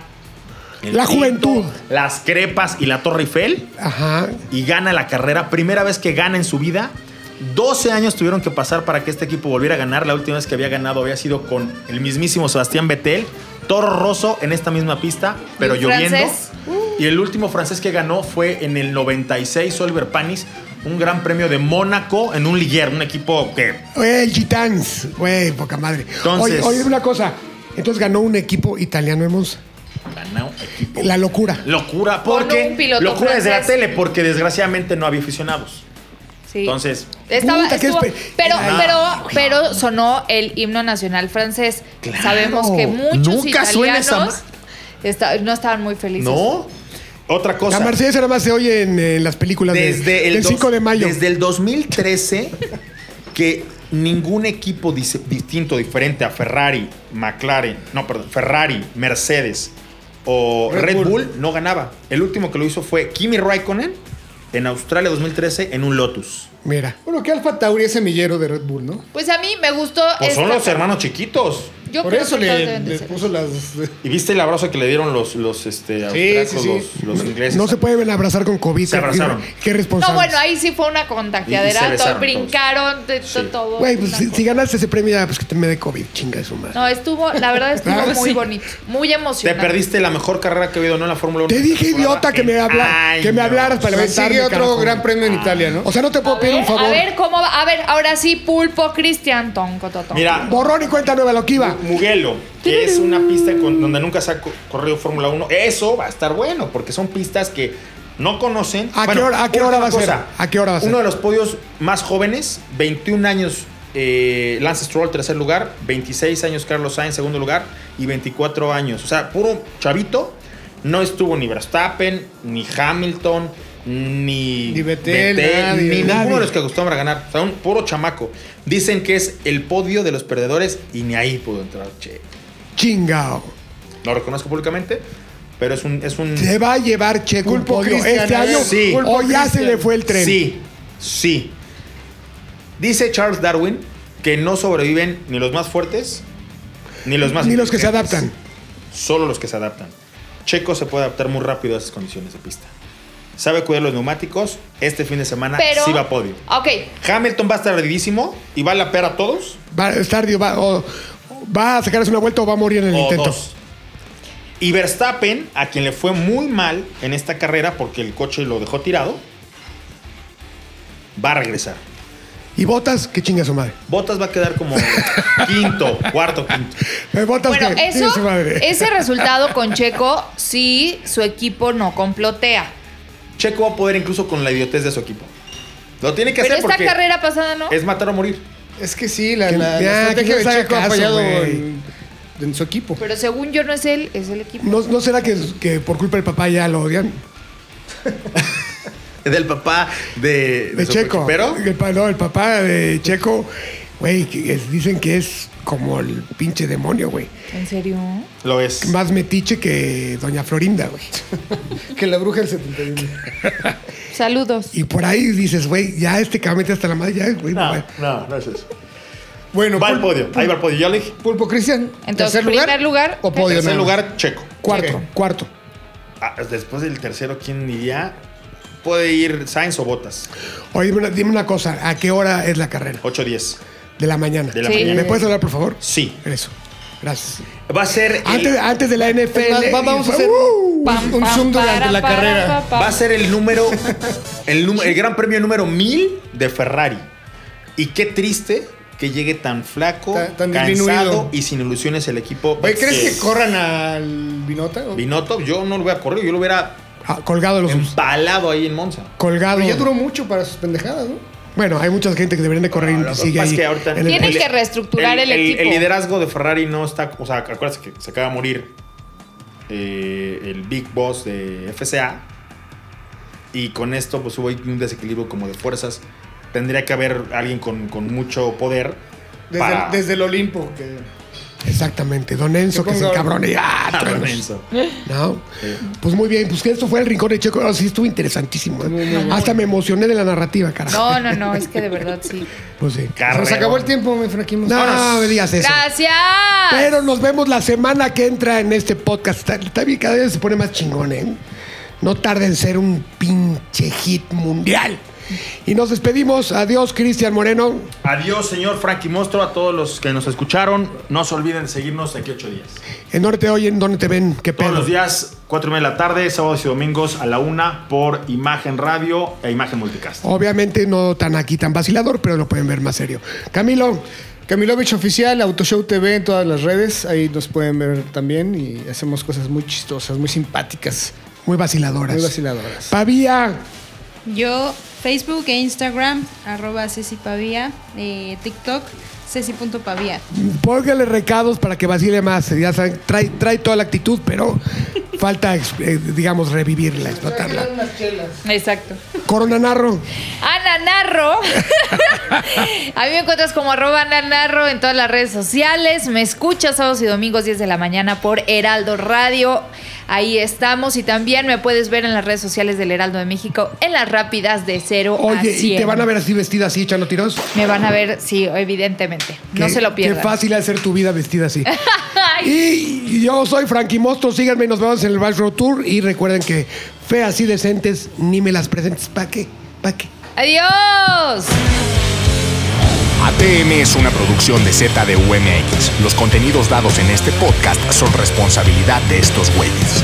S4: el
S2: La juventud.
S4: Las crepas y la Torre Eiffel
S2: Ajá.
S4: y gana la carrera. Primera vez que gana en su vida. 12 años tuvieron que pasar para que este equipo volviera a ganar. La última vez que había ganado había sido con el mismísimo Sebastián Vettel, Toro Rosso en esta misma pista, pero
S6: ¿Y un
S4: lloviendo.
S6: francés?
S4: Y el último francés que ganó fue en el 96 Oliver Panis, un gran premio de Mónaco en un Ligier, un equipo que
S2: Oye, el Gitans. Güey, poca madre.
S4: Entonces-
S2: Oye, oye, una cosa. Entonces ganó un equipo italiano en Monza.
S4: ganó equipo.
S2: La locura.
S4: Locura,
S6: Con
S4: porque
S6: un piloto
S4: locura desde la
S6: francés.
S4: tele, porque desgraciadamente no había aficionados.
S6: Sí.
S4: Entonces,
S6: Estaba,
S2: Puta, qué
S6: estuvo-
S2: espe-
S6: pero,
S4: Ah.
S6: pero, pero sonó el himno nacional francés.
S4: Claro.
S6: Sabemos que muchos
S4: Nunca suena esa
S6: italianos esta- no estaban muy felices.
S4: no. Otra cosa.
S2: La Mercedes nada más se oye en, eh, las películas de-
S4: desde el
S2: del
S4: dos-
S2: 5 de mayo.
S4: Desde el 2013 que ningún equipo dis- distinto, diferente a Ferrari, McLaren, no, perdón, Ferrari, Mercedes o Red,
S8: Red
S4: Bull.
S8: Bull.
S4: no ganaba. El último que lo hizo fue Kimi Raikkonen en Australia 2013 en un Lotus.
S2: Mira.
S8: Bueno, que Alfa Tauri es semillero de Red Bull, ¿no?
S6: Pues a mí me gustó.
S4: Pues son
S6: esta-
S4: los hermanos chiquitos.
S6: Yo
S8: Por
S6: creo
S8: eso
S6: que todos
S8: le,
S6: deben de
S8: le
S6: ser.
S8: puso las.
S4: ¿Y viste el abrazo que le dieron los, los este, austriacos,
S8: sí, sí.
S4: Los, los ingleses?
S2: No se pueden abrazar con COVID.
S4: Se abrazaron.
S2: Qué
S6: No,
S2: responsable.
S6: bueno, ahí sí fue una
S4: Y- y se
S6: contagiadera.
S4: besaron
S6: todos brincaron, de- to- todo.
S2: Güey, pues
S6: una
S2: si,
S6: cosa.
S2: si ganaste ese premio, ya, pues que te me dé COVID. Chinga su madre.
S6: No, estuvo, la verdad estuvo
S2: Ah,
S6: muy
S2: sí.
S6: bonito, muy
S4: Te
S6: emocionante.
S4: perdiste la mejor carrera que ha habido, ¿no? En la Fórmula 1.
S2: Te dije, idiota, que me, habla,
S4: Ay,
S2: que me
S4: no. Pues
S2: hablaras para
S8: Le
S2: levantarme.
S8: sigue otro
S2: carajo.
S8: gran premio en Italia, ¿no?
S2: O sea, no te puedo
S6: a
S2: pedir
S6: ver,
S2: un favor.
S6: a ver cómo va. A ver, ahora sí, pulpo Cristian Tonco Totón.
S4: Mira,
S2: Borrón y cuenta nueva, lo que iba.
S4: Mugello, que es una pista con- donde nunca se ha co- corrido Fórmula 1. Eso va a estar bueno, porque son pistas que no conocen.
S2: ¿A qué
S4: Bueno,
S2: hora- a qué
S4: última
S2: hora va a ser? ¿A qué hora va a ser?
S4: Uno de los podios más jóvenes, 21 años eh, Lance Stroll, tercer lugar. 26 años Carlos Sainz, segundo lugar. Y 24 años. O sea, puro chavito. No estuvo ni Verstappen, ni Hamilton, ni.
S2: Ni Vettel, nadie,
S4: ni ninguno
S2: nadie.
S4: de los que acostumbran a ganar. O sea, un puro chamaco. Dicen que es el podio de los perdedores y ni ahí pudo entrar. Che.
S2: Chingao.
S4: Lo reconozco públicamente, pero es un. Es un
S2: Se va a llevar Checo un
S8: Culpo
S2: podio
S8: Cristian,
S2: este
S8: a ver.
S2: año.
S4: Sí.
S2: O ya se
S8: Cristian.
S2: le fue el tren.
S4: Sí, sí. Dice Charles Darwin que no sobreviven ni los más fuertes, ni los más...
S2: Ni los que se
S4: inteligentes.
S2: adaptan.
S4: Solo los que se adaptan. Checo se puede adaptar muy rápido a esas condiciones de pista. Sabe cuidar los neumáticos. Este fin de semana
S6: Pero.
S4: sí va a podio.
S6: Ok.
S4: Hamilton va a estar ardidísimo y va a la pera a todos.
S2: Va a estar, digo, va, o- va a sacarse una vuelta o va a morir en el
S4: o
S2: intento.
S4: dos. Y Verstappen, a quien le fue muy mal en esta carrera porque el coche lo dejó tirado, va a regresar.
S2: Y botas, que chinga su madre.
S4: Botas va a
S9: [LAUGHS]
S4: quedar como quinto, cuarto, quinto.
S2: Eh, botas
S6: Bueno,
S2: que chinga
S6: eso,
S2: su madre.
S6: ese resultado con Checo, sí, su equipo no complotea.
S4: Checo va a poder incluso con la idiotez de su equipo. Lo tiene que
S6: Pero
S4: hacer
S6: esta
S4: porque
S6: carrera pasada, ¿no?
S4: es matar o morir.
S8: Es que sí, la,
S2: Que-
S8: la- la
S2: ya, que
S8: estrategia
S2: no
S8: de
S2: se haga
S8: Checo ha
S2: caso,
S8: fallado
S2: güey.
S8: en, en su equipo.
S6: Pero según yo no es él, es el equipo.
S2: ¿No, no será que, que por culpa del papá ya lo odian?
S4: Del papá de, de
S2: De
S4: su
S2: Checo.
S4: coche. Pero
S2: El, pa- no, el papá de Checo, güey, que es- dicen que es como el pinche demonio, güey.
S6: ¿En serio?
S4: lo es.
S2: Más metiche que Doña Florinda, güey.
S8: [LAUGHS] Que la bruja del 71.
S6: Saludos.
S2: Y por ahí dices, güey, ya este cabrón hasta la madre, ya, güey.
S9: No,
S2: güey.
S9: no, no es eso.
S8: Bueno,
S4: Va al
S8: pulpo,
S4: podio. Ahí va al podio. Ya le dije.
S8: Pulpo Cristian.
S6: Entonces,
S8: tercer
S6: primer lugar,
S8: o podio.
S4: Tercer
S8: nada más?
S4: lugar, Checo.
S2: Cuarto,
S8: Ok.
S2: cuarto.
S4: Ah, después del tercero, ¿quién iría? Puede ir Sainz o Botas.
S2: Oye, dime una, dime una cosa, ¿a qué hora es la carrera?
S4: 8-10.
S2: De la mañana.
S4: De la
S6: Sí.
S4: mañana.
S2: ¿Me puedes hablar, por favor?
S4: Sí.
S2: Eso. Gracias.
S4: Va a ser. el-
S2: Antes, antes de la
S8: Es más,
S2: NFL.
S8: va- vamos a hacer
S2: ¡Uh!
S8: un, un zoom durante la carrera.
S4: Va a ser el número, el, num- el gran premio número 1000 de Ferrari. Y qué triste que llegue tan flaco,
S8: Tan- tan
S4: cansado
S8: disminuido.
S4: y sin ilusiones el equipo.
S8: Oye, ¿crees
S4: Sí.
S8: que corran al Binota?
S4: Binotto, yo no lo hubiera corrido, yo lo hubiera
S2: Ah, colgado
S8: Pues,
S2: los.
S4: empalado ahí en Monza.
S2: Colgado.
S8: Pero Em, ya duró mucho para sus pendejadas, ¿no?
S2: Bueno, hay mucha gente que deberían de correr
S4: Lo
S2: y
S4: que
S2: sigue
S4: pasa
S2: ahí.
S4: es que ahorita-
S2: en el-
S6: Tienen que reestructurar el, equipo.
S4: El liderazgo de Ferrari no está. O sea, acuérdense que se acaba de morir eh, el Big Boss de FCA. Y con esto, pues hubo ahí un desequilibrio como de fuerzas. Tendría que haber alguien con, con mucho poder.
S8: Desde,
S4: para-
S8: el, desde el Olimpo. Que...
S2: Exactamente. Don Enzo,
S8: Que
S2: que es el
S8: ponga-
S2: cabrón.
S8: [LAUGHS]
S2: Y, ah,
S4: Ah,
S2: truenos.
S4: Lorenzo.
S2: ¿No? Pues muy bien, pues que esto fue el rincón de Checo. Ahora sí estuvo interesantísimo. ¿eh? Hasta me emocioné de la narrativa, carajo.
S6: No, no, no, es que de verdad sí.
S2: Pues sí.
S8: Se
S4: Carrero.
S8: nos acabó el tiempo, mi Franquín.
S2: No,
S8: Vámonos.
S2: me digas eso.
S6: Gracias.
S2: Pero nos vemos la semana que entra en este podcast. Está, está bien, cada vez se pone más chingón, ¿eh? No tarda en ser un pinche hit mundial. Y nos despedimos. Adiós, Cristian Moreno.
S4: Adiós, señor Frankie Mostro, a todos los que nos escucharon. No se olviden de seguirnos de aquí a ocho días.
S2: ¿En dónde te oyen? ¿Dónde te ven? ¿Qué
S4: Todos
S2: pedo?
S4: los días, 4 y media de la tarde, sábados y domingos a la una por Imagen Radio e Imagen Multicast.
S2: Obviamente no tan aquí, tan vacilador, pero lo pueden ver más serio. Camilo,
S8: Camilovich Oficial, Autoshow TV en todas las redes. Ahí nos pueden ver también. Y hacemos cosas muy chistosas, muy simpáticas,
S2: muy vaciladoras.
S8: muy vaciladoras.
S2: Pavía,
S3: Yo, Facebook e Instagram, arroba Ceci Pavía, eh, TikTok, Ceci.pavía.
S2: póngale recados para que vacile más. Ya saben, trae, trae toda la actitud, pero falta, eh, digamos, revivirla, explotarla.
S6: Exacto.
S2: Corona Narro.
S6: Ana Narro.
S2: [LAUGHS]
S6: A mí me encuentras como arroba Ana Narro en todas las redes sociales. Me escuchas sábados y domingos 10 de la mañana por Heraldo Radio. Ahí estamos. Y también me puedes ver en las redes sociales del Heraldo de México en las rápidas de 0 a
S2: Oye,
S6: 100.
S2: ¿y te van a ver así vestida así, echando tiros?
S6: Me van a ver, sí, evidentemente. No
S2: Qué-
S6: se lo pierdan.
S2: Qué fácil hacer tu vida vestida
S6: [LAUGHS]
S2: así. y yo soy Frankie Mostro, síganme y nos vemos en el Bash Road Tour. Y recuerden que feas y decentes, ni me las presentes. ¿Para qué? ¿Para qué?
S6: ¡Adiós!
S1: ATM es una producción de ZDUMX. Los contenidos dados en este podcast son responsabilidad de estos güeyes.